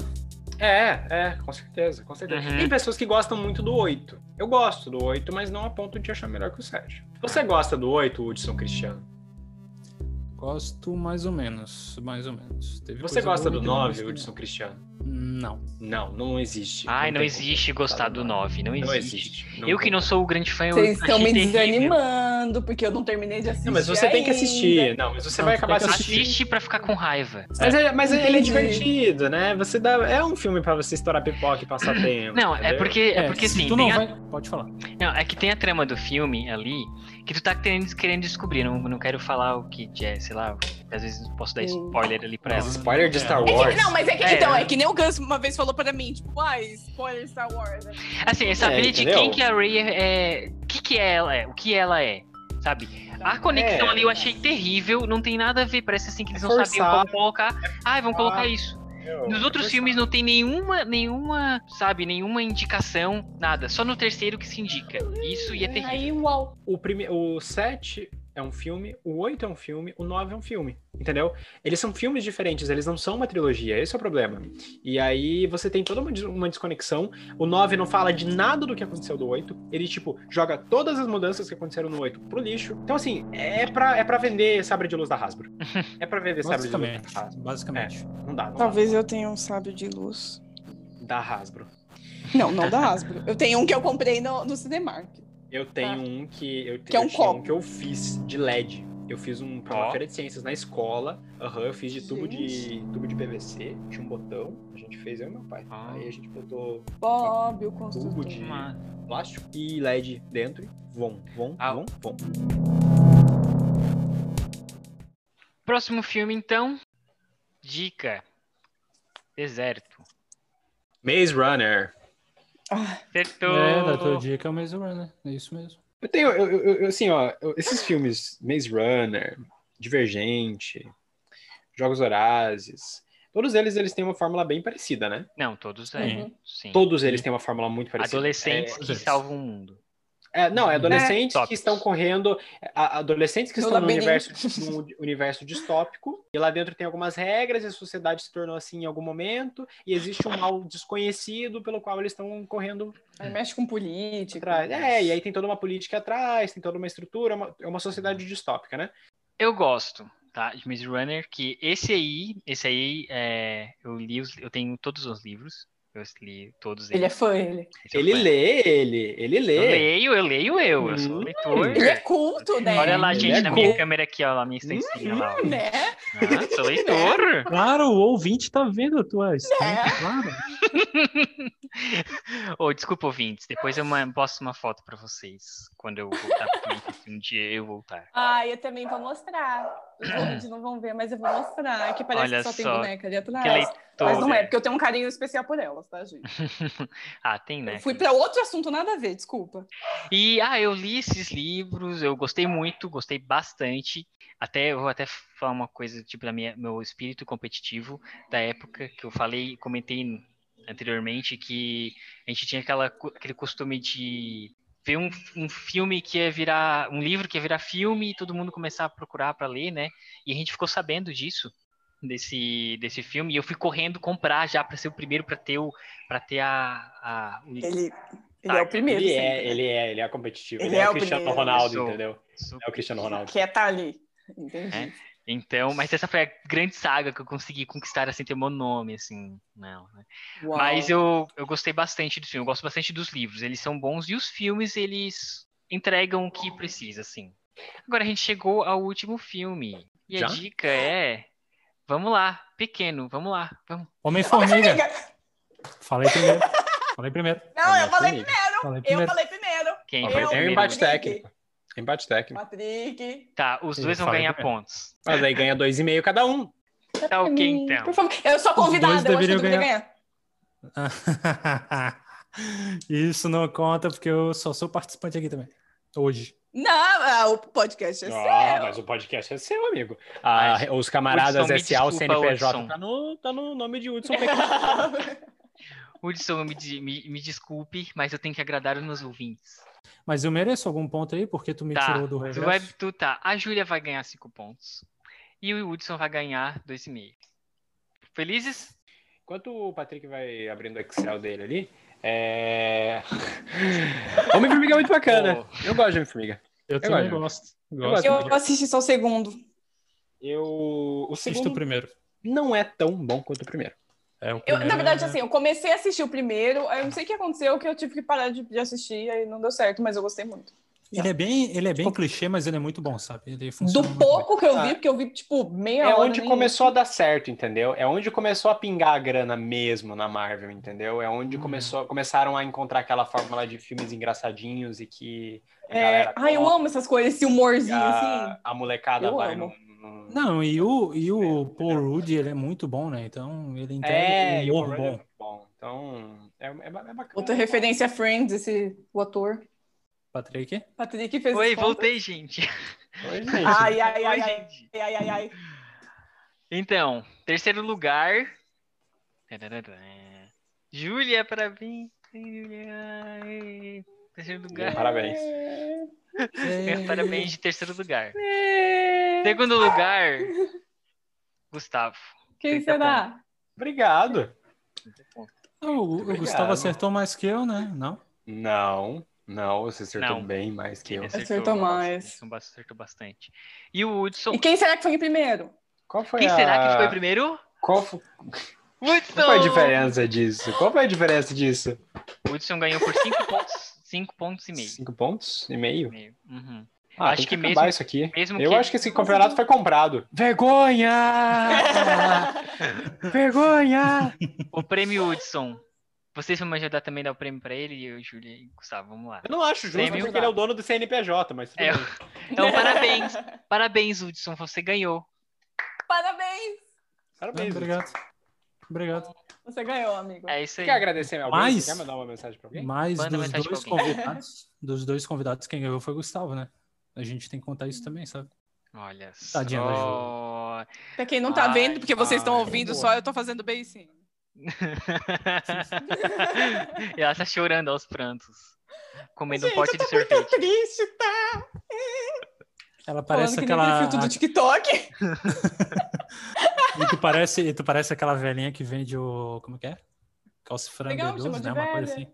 S4: É, é, com certeza, com certeza.
S1: Uhum.
S4: Tem pessoas que gostam muito do 8. Eu gosto do 8, mas não a ponto de achar melhor que o 7. Você gosta do 8, Hudson Cristiano?
S3: Gosto mais ou menos, mais ou menos. Teve
S4: Você
S3: coisa
S4: gosta
S3: boa então e
S4: do
S3: teve
S4: 9,
S3: coisa que
S4: Hudson Cristiano?
S3: Não.
S4: Não, não existe.
S1: Ai, não
S4: tem
S1: existe
S4: como
S1: gostar do 9. Não
S4: Não
S1: existe.
S4: existe. Não
S1: Eu que
S4: tem.
S1: não sou o grande fã, eu
S2: Vocês estão
S1: achei
S2: me
S1: terrível.
S2: desanimando, porque eu não terminei de assistir.
S4: Não, mas você tem que
S2: ainda.
S4: assistir. Não, mas você
S3: Não,
S4: vai
S3: você
S4: acabar
S3: tem que
S4: assistindo.
S1: Assiste pra ficar com raiva.
S4: Mas, é, mas ele é
S2: Entendi.
S4: divertido, né? Você dá, é um filme pra você estourar pipoca e
S1: (clears throat)
S4: passar tempo.
S1: Não, é
S4: entendeu?
S1: porque, é porque
S3: se
S1: assim,
S3: tu não
S1: tem a-
S3: vai... Pode falar.
S1: Não, é que tem a trama do filme ali que tu tá querendo, querendo descobrir. Não, não quero falar o que é, sei lá, às vezes posso dar
S2: Hum.
S1: spoiler ali pra
S4: Mas
S1: ela.
S4: spoiler de Star
S2: É que-
S4: Wars.
S2: não, mas é que
S1: É.
S2: então, é que nem o Gus uma vez falou pra mim, tipo, ah, spoiler Star Wars. né?
S1: Assim, é saber
S4: É,
S1: de
S4: entendeu?
S1: quem que a Rey é. é- que que ela é, o que ela é, sabe? A conexão
S4: É.
S1: ali eu achei terrível, não tem nada a ver, parece assim que eles
S4: É
S1: não sabiam
S4: forçado.
S1: como colocar. Ai, vamos colocar isso.
S4: Entendeu?
S1: Nos outros
S4: Forçado.
S1: filmes não tem nenhuma, nenhuma, sabe, nenhuma indicação, nada. Só no terceiro que se indica. Isso ia é terrível.
S2: Aí, uau.
S4: o, prime... o 7 é um filme, o 8 é um filme, o 9 é um filme, entendeu? Eles são filmes diferentes, eles não são uma trilogia, esse é o problema. E aí você tem toda uma, des- uma desconexão, o 9 não fala de nada do que aconteceu do 8, ele, tipo, joga todas as mudanças que aconteceram no 8 pro lixo. Então, assim, é pra, é pra vender sabre de luz da Hasbro. É pra vender sabre de luz
S3: Basicamente.
S4: da Hasbro.
S3: Basicamente.
S2: É.
S4: Não dá, não
S2: Talvez eu tenha um sábio de luz.
S4: dá. Da Hasbro.
S2: Não, não da Hasbro. Eu tenho um que eu comprei no, no Cinemark.
S4: Eu tenho um que eu
S2: Tá. Que é um
S4: eu tinha
S2: copo.
S4: que eu fiz de LED. Eu fiz um pra
S1: Ó.
S4: uma feira de ciências na escola. Aham, eu fiz de tubo de
S2: Gente.
S4: tubo de PVC, tinha um botão, a gente fez eu e meu pai.
S1: Ah.
S4: Aí a gente botou
S2: Bob, o
S4: tubo
S2: construtor.
S4: de
S1: Uma-
S4: plástico e LED dentro. e Vom, vom,
S1: Ah.
S4: vom, vom.
S1: Próximo filme, então. Dica. Deserto.
S4: Maze Runner.
S1: Acertou.
S3: É,
S4: tá,
S3: da tua dica é o Maze Runner. É isso mesmo.
S4: Eu tenho, eu, eu- eu- assim, ó, eu- esses filmes, Maze Runner, Divergente, Jogos Horazes, todos eles eles têm uma fórmula bem parecida, né?
S1: Não, todos aí.
S3: Uhum.
S1: Sim.
S4: Todos eles têm uma fórmula muito parecida.
S1: Adolescentes
S4: É,
S1: que salvam o mundo.
S4: É, não, é adolescentes que estão correndo, a- adolescentes que
S2: No
S4: estão no
S2: labirinto.
S4: universo, num universo distópico, e lá dentro tem algumas regras, e a sociedade se tornou assim em algum momento, e existe um mal desconhecido pelo qual eles estão correndo
S2: Aí mexe com política.
S4: atrás. É, e aí tem toda uma política atrás, tem toda uma estrutura, uma- é uma sociedade distópica, né?
S1: Eu gosto, tá? De Maze Runner, que esse aí, esse aí, é, eu li, os- eu tenho todos os livros, eu li todos
S2: Ele é
S1: eles.
S2: fã, ele.
S1: Esse é o
S4: Ele
S1: fã.
S4: lê, ele, ele
S1: Eu
S4: lê.
S1: leio, eu leio eu, eu sou
S4: Hum.
S1: leitor.
S2: Ele é culto, né?
S1: Olha lá,
S4: Ele
S1: gente,
S4: é Hum,
S1: na minha
S4: cool.
S1: câmera aqui, ó, na minha estancinha lá. ó.
S2: Né?
S1: Ah,
S4: (laughs)
S1: sou leitor.
S3: Claro, o ouvinte tá vendo a tua estante,
S2: É.
S3: claro.
S1: Ô, desculpa, ouvintes, depois eu ma- posto uma foto pra vocês, quando eu voltar pro Twitter, se um dia eu voltar.
S2: Ah, eu também vou mostrar. Os ouvintes não vão ver, mas eu vou mostrar. Que parece
S1: Olha
S2: que só, tem
S1: só.
S2: boneca ali atrás.
S1: Que
S2: Mas não é,
S1: leitor.
S2: porque eu tenho um carinho especial por elas, tá, gente?
S1: Ah, tem, né?
S2: Eu fui pra outro assunto, nada a ver, desculpa.
S1: E ah, eu li esses livros, eu gostei muito, gostei bastante. Até eu vou até falar uma coisa tipo da minha meu espírito competitivo da época que eu falei, comentei anteriormente que a gente tinha aquela co- aquele costume de ver um, um filme que ia virar um livro que ia virar filme e todo mundo começar a procurar para ler, né? E a gente ficou sabendo disso desse desse filme e eu fui correndo comprar já para ser o primeiro para ter o para ter a, a o
S2: Ele, ele
S1: Ah,
S2: é o primeiro,
S4: Ele é,
S2: sempre,
S4: ele é, ele é competitivo.
S2: Ele
S4: Ele,
S2: é
S4: é,
S2: o
S4: o Cristiano
S2: primeiro.
S4: Ronaldo,
S1: Isso.
S4: entendeu? É o Cristiano Ronaldo.
S2: Que é tá ali. Entendi.
S1: Então, mas essa foi a grande saga que eu consegui conquistar assim ter meu nome assim, não, né?
S2: Uau.
S1: Mas eu, eu gostei bastante do filme, eu gosto bastante dos livros, eles são bons e os filmes eles entregam o que precisa assim. Agora a gente chegou ao último filme. E
S4: Já?
S1: a dica é Vamos lá, pequeno, vamos lá, vamos.
S3: Homem-Formiga. Falei primeiro. Falei primeiro.
S2: Não, eu
S4: Homem-Formiga.
S2: falei é primeiro.
S3: Falei
S2: Eu
S3: primeiro.
S2: falei primeiro.
S1: Quem
S4: Ó,
S1: vai
S2: Eu-
S4: Tem um
S1: primeiro?
S4: embate
S2: Patrick.
S4: técnico. Embate técnico.
S2: Patrick.
S1: Tá, os
S3: Eu
S1: dois vão
S3: falei
S1: ganhar
S3: primeiro.
S1: pontos.
S4: Mas aí ganha dois e meio cada um.
S1: Tá ok então.
S2: Por favor. Eu sou
S3: dois
S2: convidada, eu acho que eu
S3: deveriam
S2: deveria ganhar.
S3: (laughs) Isso não conta, porque eu só sou participante aqui também. Hoje.
S2: Não, ah, o podcast é
S4: Ah,
S2: seu.
S4: mas o podcast é seu, amigo. Ah,
S1: Mas,
S4: os camaradas
S1: Hudson, me
S4: SA, o
S1: desculpa,
S4: CNPJ,
S1: Hudson.
S4: tá no, tá no nome de Hudson.
S1: (laughs) Hudson, me, de- me, me desculpe, mas eu tenho que agradar os meus ouvintes.
S3: Mas eu mereço algum ponto aí, porque tu me
S1: Tá,
S3: tirou do
S1: Tu
S3: regresso.
S1: vai, tu tá. A Júlia vai ganhar 5 pontos. E o Hudson vai ganhar 2,5. Felizes?
S4: Enquanto o Patrick vai abrindo o Excel dele ali, é... (laughs) Homem-Formiga é muito bacana. Eu gosto de Homem-Formiga.
S3: Eu também
S4: gosto.
S3: gosto.
S4: Eu
S3: Gosto.
S2: (laughs)
S4: gosto.
S2: Eu assisti só o segundo.
S4: Eu... O
S3: Assisto o
S4: segundo
S3: primeiro.
S4: não é tão bom quanto o primeiro.
S3: É, o
S2: Eu,
S3: primeiro
S2: na verdade,
S3: é-
S2: assim, eu comecei a assistir o primeiro, aí eu não sei o que aconteceu, que eu tive que parar de, de assistir, aí não deu certo, mas eu gostei muito.
S3: Ele é bem, ele é bem clichê, mas ele é muito bom, sabe? Ele
S2: Do
S3: funciona muito bem.
S2: pouco que eu vi,
S4: Ah.
S2: porque eu vi, tipo, meia
S4: É
S2: hora.
S4: onde
S2: nem-
S4: começou a dar certo, entendeu? É onde começou a pingar a grana mesmo na Marvel, entendeu? É onde
S3: Hum.
S4: começou, começaram a encontrar aquela fórmula de filmes engraçadinhos e que a
S2: É...
S4: galera
S2: Ai, eu
S4: gosta,
S2: amo essas coisas, esse humorzinho,
S4: a,
S2: assim.
S4: a molecada
S2: Eu
S4: vai
S2: amo.
S4: no- no-
S3: Não, e o, e o Paul Rudd, ele é muito bom, né? Então, ele entrega
S4: É,
S3: um
S4: e o
S3: humor
S4: Paul Rudd é
S3: bom.
S4: muito bom. Então, é, é ba- é bacana.
S2: Outra referência a Friends, esse, o ator. (laughs)
S3: Patrick?
S2: Patrick fez
S1: Oi,
S2: as contas.
S1: voltei, gente.
S4: Oi, gente.
S2: Ai, ai,
S1: Oi,
S2: ai, ai,
S1: gente.
S2: ai, ai, ai.
S1: (laughs) Então, terceiro lugar. Tarararã. Júlia, parabéns. Júlia. Ei, Terceiro lugar.
S4: Parabéns.
S1: Ganha Parabéns de terceiro lugar.
S2: É.
S1: Segundo lugar, Gustavo.
S2: Quem será?
S4: Obrigado.
S3: É, O, o Gustavo
S4: Obrigado.
S3: acertou mais que eu, né? Não?
S4: Não, não, você acertou
S1: Não.
S4: bem mais que eu.
S1: Ele
S2: Acertou
S1: nossa,
S2: mais.
S1: Acertou bas- acertou bastante. E o Hudson.
S2: E quem será que foi em primeiro?
S4: Qual foi
S1: Quem
S4: a...
S1: será que foi primeiro?
S4: Qual, fo-
S1: Hudson!
S4: qual foi a diferença disso? Qual foi a diferença disso?
S1: O Hudson ganhou por 5 pontos, 5 pontos e meio.
S4: Cinco pontos e meio?
S1: Meio. Uhum.
S4: Ah,
S1: Acho
S4: acho
S1: que
S4: que acabar
S1: mesmo-
S4: isso aqui.
S1: mesmo
S4: eu
S1: que-
S4: acho que esse campeonato foi comprado.
S1: (laughs)
S4: Vergonha! Vergonha!
S1: O prêmio Hudson. Vocês vão me ajudar também a dar o prêmio pra ele, eu, Júlia e Gustavo, vamos lá.
S4: Eu não acho justo
S1: Prêmio-
S4: porque ele é o dono do CNPJ, mas tudo
S1: É.
S4: bem.
S2: (laughs)
S1: Então, parabéns. Parabéns, Hudson, você ganhou.
S2: Parabéns!
S4: Parabéns.
S3: Ah, obrigado. Obrigado.
S2: Você ganhou, amigo.
S1: É isso aí.
S4: Quer agradecer a alguém?
S3: Mas-
S4: Você quer mandar uma mensagem pra alguém?
S3: Mas
S1: Manda
S3: dos
S1: mensagem pra
S3: dois
S1: alguém.
S3: convidados, dos dois convidados, quem ganhou foi o Gustavo, né? A gente tem que contar isso também, sabe?
S1: Olha só.
S3: Tadinha da
S2: Pra quem não tá
S1: Ai,
S2: vendo, porque vocês estão
S4: ai,
S2: ouvindo
S4: amor.
S2: só, eu tô fazendo beicinho.
S1: e ela tá chorando aos prantos. comendo um
S2: Gente,
S1: pote
S2: eu tô
S1: de sorvete.
S2: muito triste, tá?
S3: Ela
S2: Falando
S3: parece
S2: que
S3: aquela.
S2: nem perfil do TikTok.
S3: (laughs) E tu parece, e tu parece aquela velhinha que vende o. Como que é?
S2: Legal, me
S3: Calcifrango
S2: chama
S3: né?
S2: de
S3: Uma coisa
S2: velha.
S3: assim.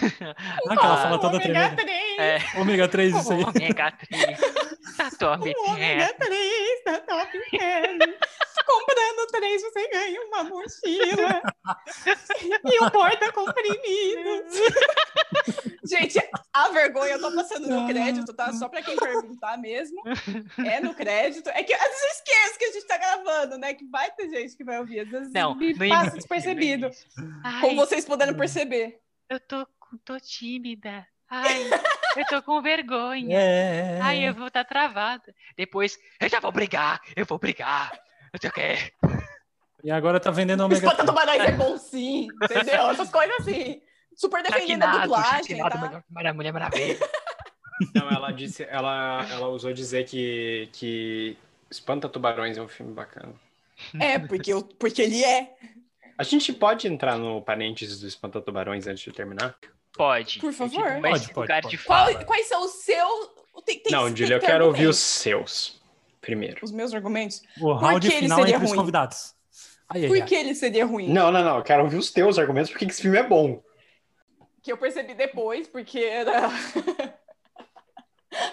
S3: Ah, que ela fala
S2: Um
S3: toda
S2: ômega
S3: tremenda.
S2: três,
S1: É,
S3: Ômega
S1: (laughs)
S3: 3, isso aí.
S1: ômega 3. Tá top.
S2: um
S1: É.
S2: ômega 3 da Top 10. né? Tá Comprando três, você ganha uma mochila e um porta-comprimidos. Gente, a vergonha eu tô passando no crédito, tá? Só pra quem perguntar mesmo. É no crédito. É que às vezes eu esqueço que a gente tá gravando, né? Que vai ter gente que vai ouvir. Às vezes
S1: Não,
S2: me
S1: no
S2: passa
S1: início-
S2: despercebido.
S1: Ai,
S2: Como vocês puderam perceber.
S1: eu tô, tô tímida. Ai, eu tô com vergonha.
S2: (laughs)
S3: É,
S1: Ai, eu vou estar travada. Depois, eu já vou brigar, eu vou brigar. Não sei o quê.
S3: E agora tá vendendo ômega
S2: Espanta
S3: 3.
S2: tubarões é bom sim, entendeu? Essas coisas assim. Super defendendo a
S1: Traquinado,
S2: dublagem,
S1: traquinado,
S2: tá?
S1: melhor que Mara- Mulher Maravilha.
S4: Não, ela disse, ela, ela usou dizer que, que Espanta Tubarões é um filme bacana.
S2: É, porque, eu, porque ele é.
S4: A gente pode entrar no parênteses do Espanta Tubarões antes de terminar?
S1: Pode.
S2: Por
S1: Eu digo,
S2: favor.
S1: mas
S3: Pode, pode,
S1: lugar
S3: pode.
S1: de
S2: Qual-
S1: fala.
S2: quais são os seus. Tem, tem,
S4: Não,
S2: tem
S4: Julia, eu
S2: que
S4: quero
S2: argumentos.
S4: ouvir os seus primeiro.
S2: Os meus argumentos?
S3: O round
S2: que ele
S3: final
S2: seria
S3: entre os
S2: ruim?
S3: convidados. Aí, aí,
S2: Por
S3: aí.
S2: que ele seria ruim?
S4: Não, não, não. Eu quero ouvir os teus argumentos porque esse filme é bom. (laughs)
S2: Que eu percebi depois, porque era. (laughs)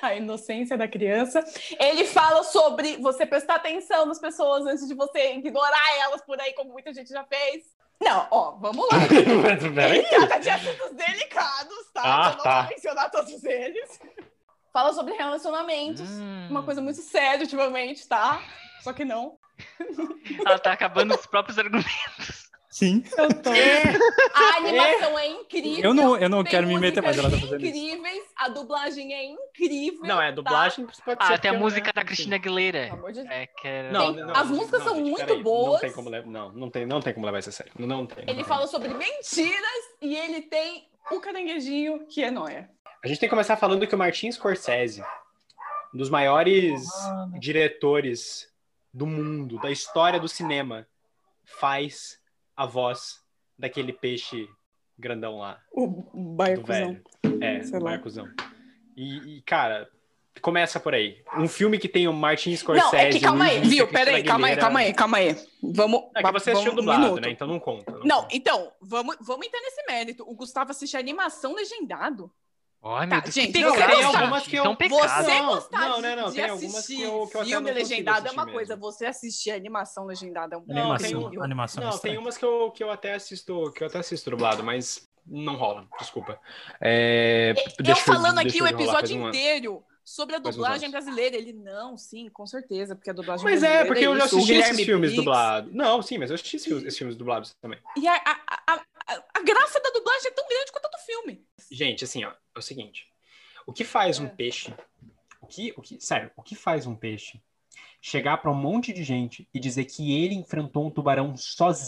S2: A inocência da criança. Ele fala sobre você prestar atenção nas pessoas antes de você ignorar elas por aí, como muita gente já fez. Não, ó, vamos lá. Ele
S4: (laughs) Peraí.
S2: trata de assuntos delicados, tá?
S4: Ah,
S2: eu não
S4: tá.
S2: vou mencionar todos eles. Fala sobre relacionamentos.
S1: Hum,
S2: Uma coisa muito séria ultimamente, tá? Só que não.
S1: Ela tá acabando os próprios argumentos.
S3: Sim.
S2: Eu tô. É. A animação é incrível.
S3: Eu não, eu não
S2: Tem
S3: quero me meter, mas
S2: músicas
S3: ela tá fazendo isso.
S2: incríveis, a dublagem é incrível.
S4: Não, é dublagem, pode
S1: Ah,
S4: ser um
S1: tem a
S4: que eu-
S1: música da
S4: enfim.
S1: Cristina
S2: Tá? Pelo
S1: Aguilera.
S2: amor de Deus.
S1: É, que era-
S4: Não,
S2: Tem-
S4: não,
S2: as músicas são
S4: gente,
S2: muito
S4: peraí.
S2: boas.
S4: Não tem como levar, não, não tem, não tem como levar isso a sério. Não, não tem. não
S2: Ele
S4: tem.
S2: fala sobre mentiras e ele tem o caranguejinho que é nóia.
S4: A gente tem que começar falando que o Martin Scorsese, um dos maiores diretores do mundo, da história do cinema, faz a voz daquele peixe grandão lá,
S2: O
S4: do velho. É,
S2: Sei lá.
S4: Marcosão. E, e, cara, começa por aí. Um filme que tem o Martin Scorsese...
S2: Não, é que calma aí,
S4: Luiz
S2: viu?
S4: Cristina
S2: Peraí, calma aí,
S4: Aguilera-
S2: calma aí, calma aí. Vamos.
S4: É que você
S2: vamos-
S4: assistiu
S2: um
S4: dublado,
S2: minuto.
S4: né? Então não conta.
S2: Não, então, vamos, vamos entrar nesse mérito. O Gustavo assiste animação legendado.
S1: Ai,
S2: Tá,
S1: meu Deus,
S2: gente,
S1: que
S2: se você
S1: pecado,
S2: gostar-
S1: gente, isso é um
S4: Você
S1: pecado.
S2: Você
S4: Não,
S2: gostar
S4: não,
S2: de,
S4: né, não,
S2: de
S4: tem algumas que
S2: assistir
S4: eu- que eu até não
S2: filme
S4: consigo
S2: legendado é uma
S4: assistir
S2: coisa,
S4: mesmo.
S2: você assistir animação legendada é um
S4: Não, tem
S3: Animação,
S4: um-
S3: animação.
S4: Não, tem
S3: estranha.
S4: umas que eu, que eu até assisto, que eu até assisto dublado, mas não rola, desculpa. É,
S2: Eu
S4: deixa
S2: falando
S4: deixa
S2: aqui o
S4: eu rolar, faz
S2: episódio
S4: um ano.
S2: inteiro sobre a
S4: Faz um uns
S2: dublagem
S4: anos.
S2: brasileira. Ele, não, sim, com certeza, porque a dublagem
S4: Mas
S2: brasileira.
S4: é, porque eu já
S2: né? isso, o
S4: assisti esses
S2: Guilherme
S4: filmes
S2: Briggs.
S4: dublados. Não, sim, mas eu assisti esses filmes- esses filmes dublados também.
S2: E a, a, a- a- a graça da dublagem é tão grande quanto a do filme.
S4: Gente, assim, ó, é o seguinte. O que faz um peixe? O que, o que, sério, o que faz um peixe chegar pra um monte de gente e dizer que ele enfrentou um tubarão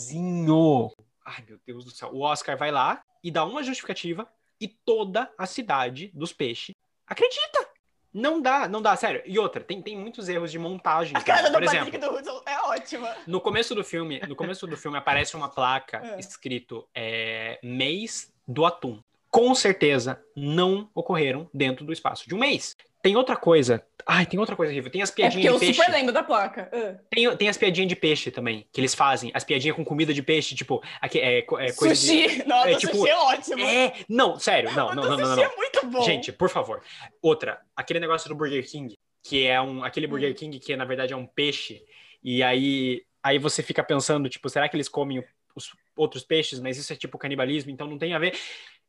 S4: sozinho? Ai, meu Deus do céu. O Oscar vai lá e dá uma justificativa e toda a cidade dos peixes acredita. Não dá, não dá, sério. E outra, tem, tem muitos erros de montagem.
S2: A cara
S4: cara.
S2: do
S4: Por exemplo,
S2: Patrick do Hudson é ótima.
S4: no começo do filme, no começo do filme aparece uma placa
S2: É.
S4: escrito é, mês do atum. Com certeza não ocorreram dentro do espaço de um mês. Tem outra coisa. Ai, tem outra coisa horrível. Tem as
S2: É porque
S4: piadinhas
S2: eu
S4: de peixe.
S2: super lembro da placa. Ah.
S4: Tem, tem as piadinhas de peixe também, que eles fazem. As piadinhas com comida de peixe, tipo, aqui, é, co- é coisa de-
S2: sushi. Nossa,
S4: é, tipo,
S2: sushi é ótimo.
S4: É, não, sério, não,
S2: Mas
S4: não,
S2: o
S4: não, não, não,
S2: sushi
S4: não.
S2: é muito bom.
S4: Gente, por favor. Outra, aquele negócio do Burger King, que é um, aquele Burger
S2: Hum.
S4: King que na verdade é um peixe, e aí, aí você fica pensando, tipo, será que eles comem os outros peixes, mas isso é tipo canibalismo, então não tem a ver.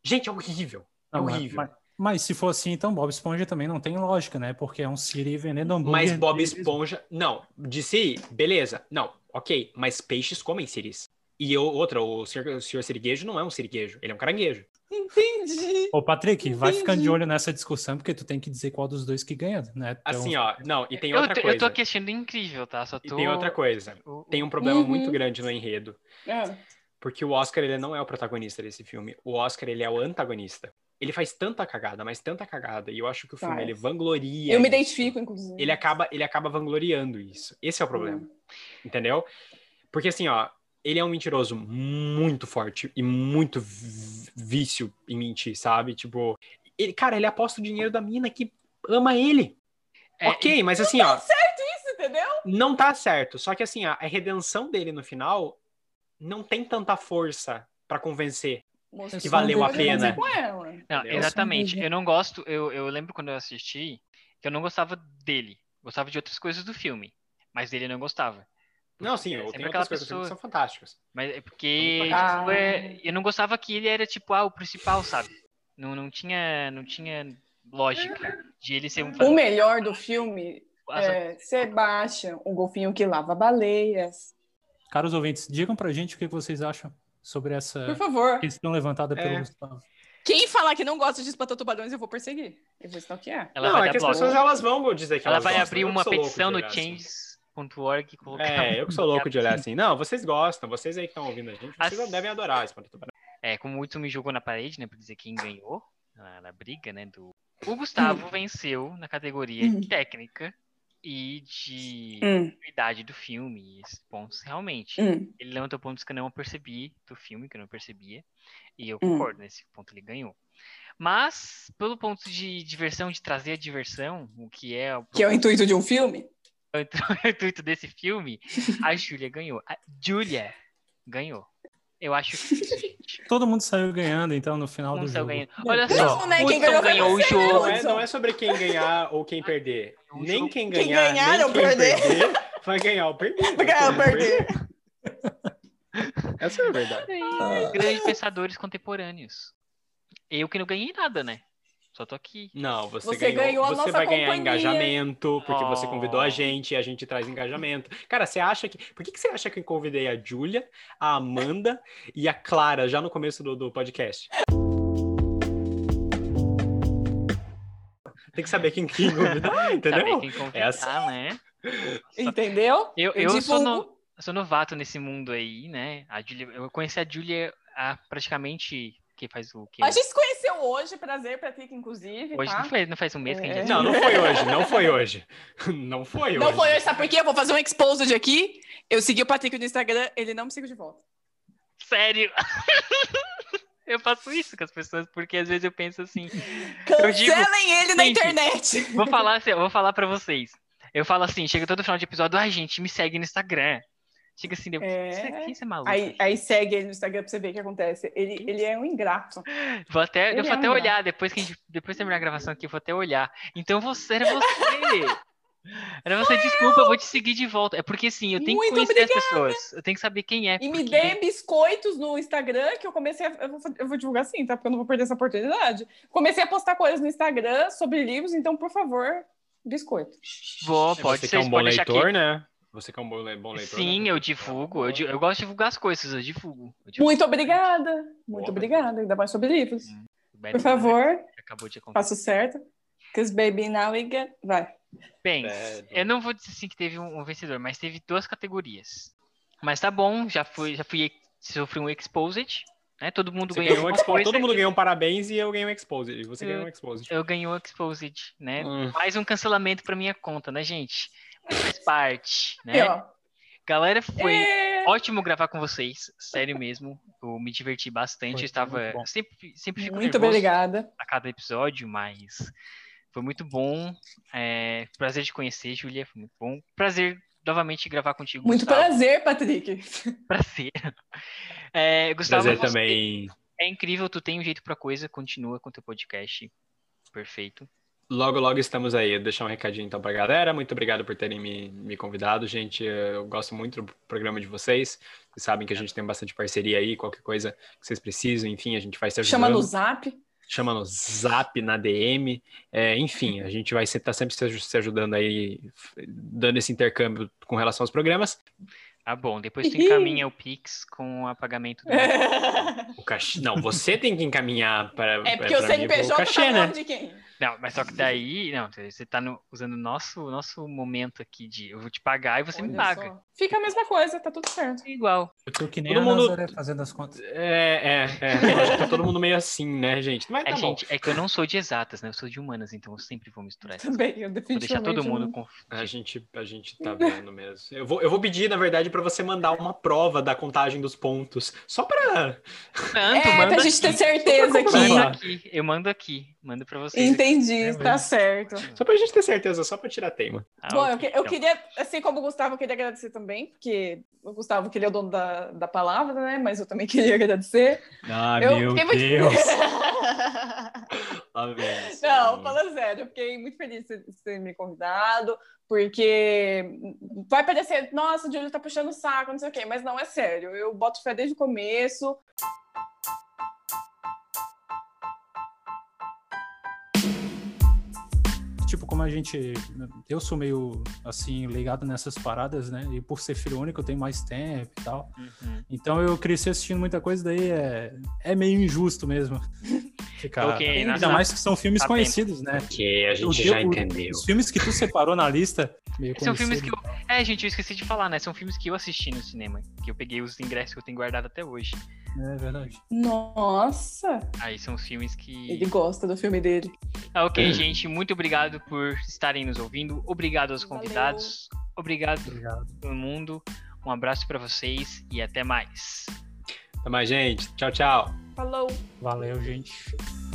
S4: Gente, é horrível.
S3: Não, mas-
S4: horrível.
S3: Mas, mas se for assim, então Bob Esponja também não tem lógica, né? Porque é um Siri vendendo hambúrguer.
S4: Mas Bob
S3: de-
S4: Esponja, não, de si, beleza. Não, ok, mas peixes comem siris. E eu- outra, o senhor, o senhor siriguejo não é um siriguejo, ele é um caranguejo.
S2: Entendi.
S3: Ô, Patrick, vai
S2: Entendi.
S3: ficando de olho nessa discussão, porque tu tem que dizer qual dos dois que ganha, né? Então,
S2: um
S4: Assim, ó, não, e tem
S1: eu,
S4: outra
S1: tô-
S4: coisa.
S1: eu tô aqui achando incrível, tá? Só
S4: E
S1: tô...
S4: tem outra coisa.
S1: O-
S4: Tem um problema
S2: Uhum.
S4: muito grande no enredo.
S2: Ah.
S4: Porque o Oscar, ele não é o protagonista desse filme. O Oscar, ele é o antagonista. Ele faz tanta cagada, mas tanta cagada. E eu acho que o filme,
S2: Faz.
S4: ele vangloria
S2: Eu me
S4: isso.
S2: identifico, inclusive.
S4: Ele acaba, ele acaba vangloriando isso. Esse é o problema.
S2: Hum.
S4: Entendeu? Porque assim, ó. Ele é um mentiroso muito forte e muito vi- vício em mentir, sabe? Tipo... Ele, cara, ele aposta o dinheiro da mina que ama ele.
S1: É,
S4: ok, mas assim,
S2: Tá
S4: ó,
S2: certo isso, entendeu?
S4: não tá certo. Só que assim, a a redenção dele no final não tem tanta força pra convencer.
S2: Moço,
S3: Que
S2: isso não tem
S3: valeu a
S2: o que acontecer
S3: pena.
S2: com ela.
S1: Não,
S4: Entendeu?
S1: exatamente.
S3: Sim.
S1: Eu não gosto, eu, eu lembro quando eu assisti que eu não gostava dele. Gostava de outras coisas do filme. Mas dele eu não gostava.
S4: Não, sim,
S1: É
S4: eu
S1: sempre
S4: tenho
S1: aquela
S4: outras coisas
S1: pessoa-
S4: que são fantásticas.
S1: Mas é porque
S2: Ah.
S1: tipo, é, eu não gostava que ele era tipo ah, o principal, sabe? Não, não tinha não tinha lógica de ele ser um
S2: O melhor do filme é Sebastian, o golfinho que lava baleias.
S3: Caros ouvintes, digam pra gente o que vocês acham sobre essa
S2: Por favor.
S3: questão levantada pelo
S4: É.
S3: Gustavo.
S2: Quem falar que não gosta de espantar tubarões, eu vou perseguir. Eu vou stalkear.
S1: ela
S4: não,
S1: vai
S4: é
S1: dar
S4: que as
S1: bloco.
S4: pessoas elas vão dizer que
S1: Ela
S4: elas
S1: vai
S4: gostam.
S1: abrir
S4: Eu que
S1: uma
S4: sou louco
S1: petição
S4: de
S1: no
S4: olhar assim.
S1: change.org e colocar
S4: É, eu que sou louco de olhar assim. Não, vocês gostam, vocês aí que estão ouvindo a gente, vocês
S1: As-
S4: devem adorar esse Espanta Tubarão.
S1: É, como o Hudson me jogou na parede, né, pra dizer quem ganhou na, na briga, né, do... O
S4: Hum.
S1: Gustavo venceu na categoria
S2: Hum.
S1: técnica e de
S2: Hum,
S1: idade do filme, e esses pontos, realmente.
S2: hum.
S1: Ele levantou pontos que eu não percebi do filme, que eu não percebia, e eu
S2: Hum.
S1: concordo, nesse ponto ele ganhou. Mas, pelo ponto de diversão, de trazer a diversão, o que é o
S2: Que é o intuito de um filme?
S1: o (laughs) intuito desse filme,
S2: (laughs)
S1: a Júlia ganhou. A Júlia ganhou. Eu acho
S2: (laughs)
S1: que isso, gente.
S3: Todo mundo saiu ganhando, então, no final
S1: Não
S3: do
S1: saiu
S3: jogo.
S1: ganhando. Olha
S2: Não,
S1: só,
S2: né,
S1: o
S2: quem
S1: Hudson
S2: ganhou foi
S1: ganhou o
S2: você, né,
S1: jogo.
S4: Não é, não é sobre quem ganhar ou
S1: (laughs)
S4: quem perder.
S1: É um
S4: Nem quem
S2: Quem
S4: ganhar,
S2: ganhar
S4: nem
S2: ou
S4: quem
S2: perder.
S4: vai ganhar ou
S2: (laughs)
S4: perder.
S2: Porque eu perdi.
S4: Essa é a verdade.
S1: Grandes pensadores contemporâneos. Eu que não ganhei nada, né? Só tô aqui.
S4: Não, você,
S2: Você ganhou a
S4: Você
S2: nossa
S4: vai ganhar
S2: companhia.
S4: engajamento, porque você
S1: Oh.
S4: convidou a gente e a gente traz engajamento. Cara, você acha que. Por que, que você acha que eu convidei a Júlia, a Amanda (laughs) e a Clara já no começo do, do podcast? Tem que saber quem que
S2: (laughs)
S4: convidar, entendeu?
S1: Saber quem convidar,
S4: Essa-
S1: né?
S2: Entendeu?
S1: Eu, eu sou,
S2: divulgo.
S1: no- sou novato nesse mundo aí, né? A Júlia- eu conheci a Júlia há praticamente. Que faz o que?
S2: A gente se conheceu hoje, prazer pra ti, inclusive.
S1: Hoje
S2: tá?
S1: não, faz, não faz um mês que a gente já
S2: É.
S1: se
S4: Não, não foi hoje, não foi hoje. (laughs) Não foi
S2: Não
S4: hoje.
S2: foi hoje, sabe por quê? Eu vou fazer um exposed aqui. Eu segui o Patrick no Instagram, ele não me seguiu de volta.
S1: (laughs) Sério? (laughs) Eu faço isso com as pessoas, porque às vezes eu penso assim, Eu
S2: Cancelem
S1: digo,
S2: ele na
S1: gente,
S2: internet.
S1: vou falar assim, eu vou falar pra vocês. Eu falo assim, chega todo final de episódio, ai gente, me segue no Instagram. Chega assim, eu,
S2: É.
S1: "Você- quem você é maluco?
S2: Aí, aí segue ele no Instagram pra você ver o que acontece. Ele, ele é um ingrato.
S1: vou até,
S2: ele
S1: eu vou
S2: é
S1: até
S2: um
S1: olhar, depois que a gente, depois de terminar a gravação aqui, eu vou até olhar. Então você, era
S2: (laughs)
S1: você. Era você, desculpa, eu vou te seguir de volta. É porque assim, eu tenho
S2: Muito
S1: que conhecer as pessoas. Eu tenho que saber quem é.
S2: E me
S1: porque-
S2: dê biscoitos no Instagram, que eu comecei a. Eu vou, eu vou divulgar sim, tá? Porque eu não vou perder essa oportunidade. Comecei a postar coisas no Instagram sobre livros, então, por favor, biscoito.
S1: Vou,
S4: Você
S1: pode
S4: que é
S1: ser,
S4: um bom
S1: pode deixar aqui.
S4: leitor, né? Você que é um bom, le- bom leitor.
S1: Sim,
S4: né?
S1: eu divulgo. Eu, di- eu gosto de divulgar as coisas, eu divulgo. Eu divulgo.
S2: Muito obrigada. Muito
S4: Boa,
S2: obrigada. Ainda mais sobre livros. Por
S1: Beto,
S2: favor,
S1: Acabou de acontecer.
S2: faço certo. Because baby now we get. Vai.
S1: Bem,
S4: Credo.
S1: eu não vou dizer assim que teve um um vencedor, mas teve duas categorias. Mas tá bom, já fui, já fui sofri um exposed, né? Todo mundo
S4: Você
S1: ganhou
S4: ganhou um
S1: alguma
S4: expo-
S1: coisa.
S4: Todo mundo ganhou um parabéns e eu ganhei um expose. E você ganhou um expose.
S1: Eu ganhei um exposed, né?
S4: Hum.
S1: Mais um cancelamento pra minha conta, né, gente? Faz parte, né?
S2: E, ó.
S1: Galera, foi
S2: É.
S1: ótimo gravar com vocês, sério mesmo. Eu me diverti bastante,
S3: Foi
S1: eu estava
S3: muito bom.
S1: sempre sempre fico
S2: Muito
S1: nervoso
S2: obrigada.
S1: a cada episódio, mas foi muito bom. É, prazer te conhecer, Júlia. Foi muito bom. Prazer novamente gravar contigo.
S2: Muito
S1: Gustavo.
S2: prazer, Patrick.
S1: prazer. (laughs) É, Gustavo,
S4: Prazer
S1: você
S4: também.
S1: é incrível, tu tem um jeito pra coisa, continua com teu podcast. Perfeito.
S4: Logo, logo estamos aí. Deixar um recadinho então pra galera. Muito obrigado por terem me, me convidado, gente. Eu gosto muito do programa de vocês. Vocês sabem que a gente tem bastante parceria aí, qualquer coisa que vocês precisam, enfim, a gente vai se ajudando.
S2: Chama no zap.
S4: chama no zap, na DM, é, enfim, a gente vai estar sempre se aj- se ajudando aí, f- dando esse intercâmbio com relação aos programas.
S1: Tá bom, depois tu
S2: Ih.
S1: encaminha o Pix com o apagamento do.
S4: O cachê, não, você tem que encaminhar para é né?
S2: É porque o CNPJ tá do lado de quem?
S1: Não, mas só que daí, não, você tá no- usando o nosso, nosso momento aqui de eu vou te pagar e você me
S2: Olha
S1: paga.
S2: só. Fica a mesma coisa, tá tudo certo. (laughs)
S1: É igual.
S3: Eu tô que nem
S4: Todo
S3: a
S4: mundo-
S3: Nazaré fazendo as contas.
S4: É, é, é. Eu acho que tá todo mundo meio assim, né, gente? Mas tá
S1: É,
S4: bom.
S1: gente, é que eu não sou de exatas, né? Eu sou de humanas, então eu sempre vou misturar essas
S2: Também, eu
S1: Vou deixar
S2: definitivamente.
S1: todo mundo
S2: não-
S1: com.
S4: A gente, a gente (laughs) tá vendo mesmo. Eu vou, eu vou pedir, na verdade, pra você mandar uma prova da contagem dos pontos. Só pra.
S1: Tanto,
S2: É,
S1: manda
S2: pra gente ter
S1: aqui.
S2: certeza
S1: Manda
S2: aqui.
S4: comprovar.
S1: aqui. Eu mando aqui. Mando pra vocês.
S2: (laughs) Entendi,
S3: É
S2: tá
S3: mesmo.
S2: certo.
S4: Só pra gente ter certeza, só pra tirar teima.
S1: Ah,
S2: Bom,
S1: ok,
S2: eu, que- eu
S1: então.
S2: queria, assim como o Gustavo, eu queria agradecer também, porque o Gustavo queria o dono da, da palavra, né? Mas eu também (laughs) queria agradecer.
S4: Ah,
S2: eu
S4: meu
S2: fiquei muito-
S4: Deus!
S2: (laughs)
S4: Lá vem, assim.
S2: Não, falando sério, eu fiquei muito feliz de de ter me convidado, porque vai parecer, nossa, o Júlio tá puxando o saco, não sei o quê, mas não é sério. Eu boto fé desde o começo.
S3: Tipo, como a gente. Eu sou meio, assim, ligado nessas paradas, né? E por ser filho único, eu tenho mais tempo e tal.
S1: Uhum.
S3: Então eu cresci assistindo muita coisa, daí é, é meio
S1: (laughs)
S3: injusto mesmo. Ficar.
S1: Ok,
S3: Ainda
S1: nossa.
S3: mais que são filmes
S1: Tá bem.
S3: conhecidos, né?
S4: Ok, a
S3: O
S4: gente
S3: teu-
S4: já
S3: o-
S4: entendeu.
S3: Os filmes que tu separou na lista. Meio
S1: São filmes que
S3: conhecido.
S1: eu. É, gente, eu esqueci de falar, né? São filmes que eu assisti no cinema. Que eu peguei os ingressos que eu tenho guardado até hoje.
S3: É verdade.
S2: Nossa,
S1: Aí são filmes que.
S2: ele gosta do filme dele.
S1: Ah, ok, gente. Muito obrigado por estarem nos ouvindo. Obrigado aos
S2: Valeu.
S1: convidados. Obrigado
S3: Obrigado.
S1: todo mundo. Um abraço pra vocês e até mais.
S4: Até mais, gente. Tchau, tchau.
S2: Falou.
S3: Valeu, gente.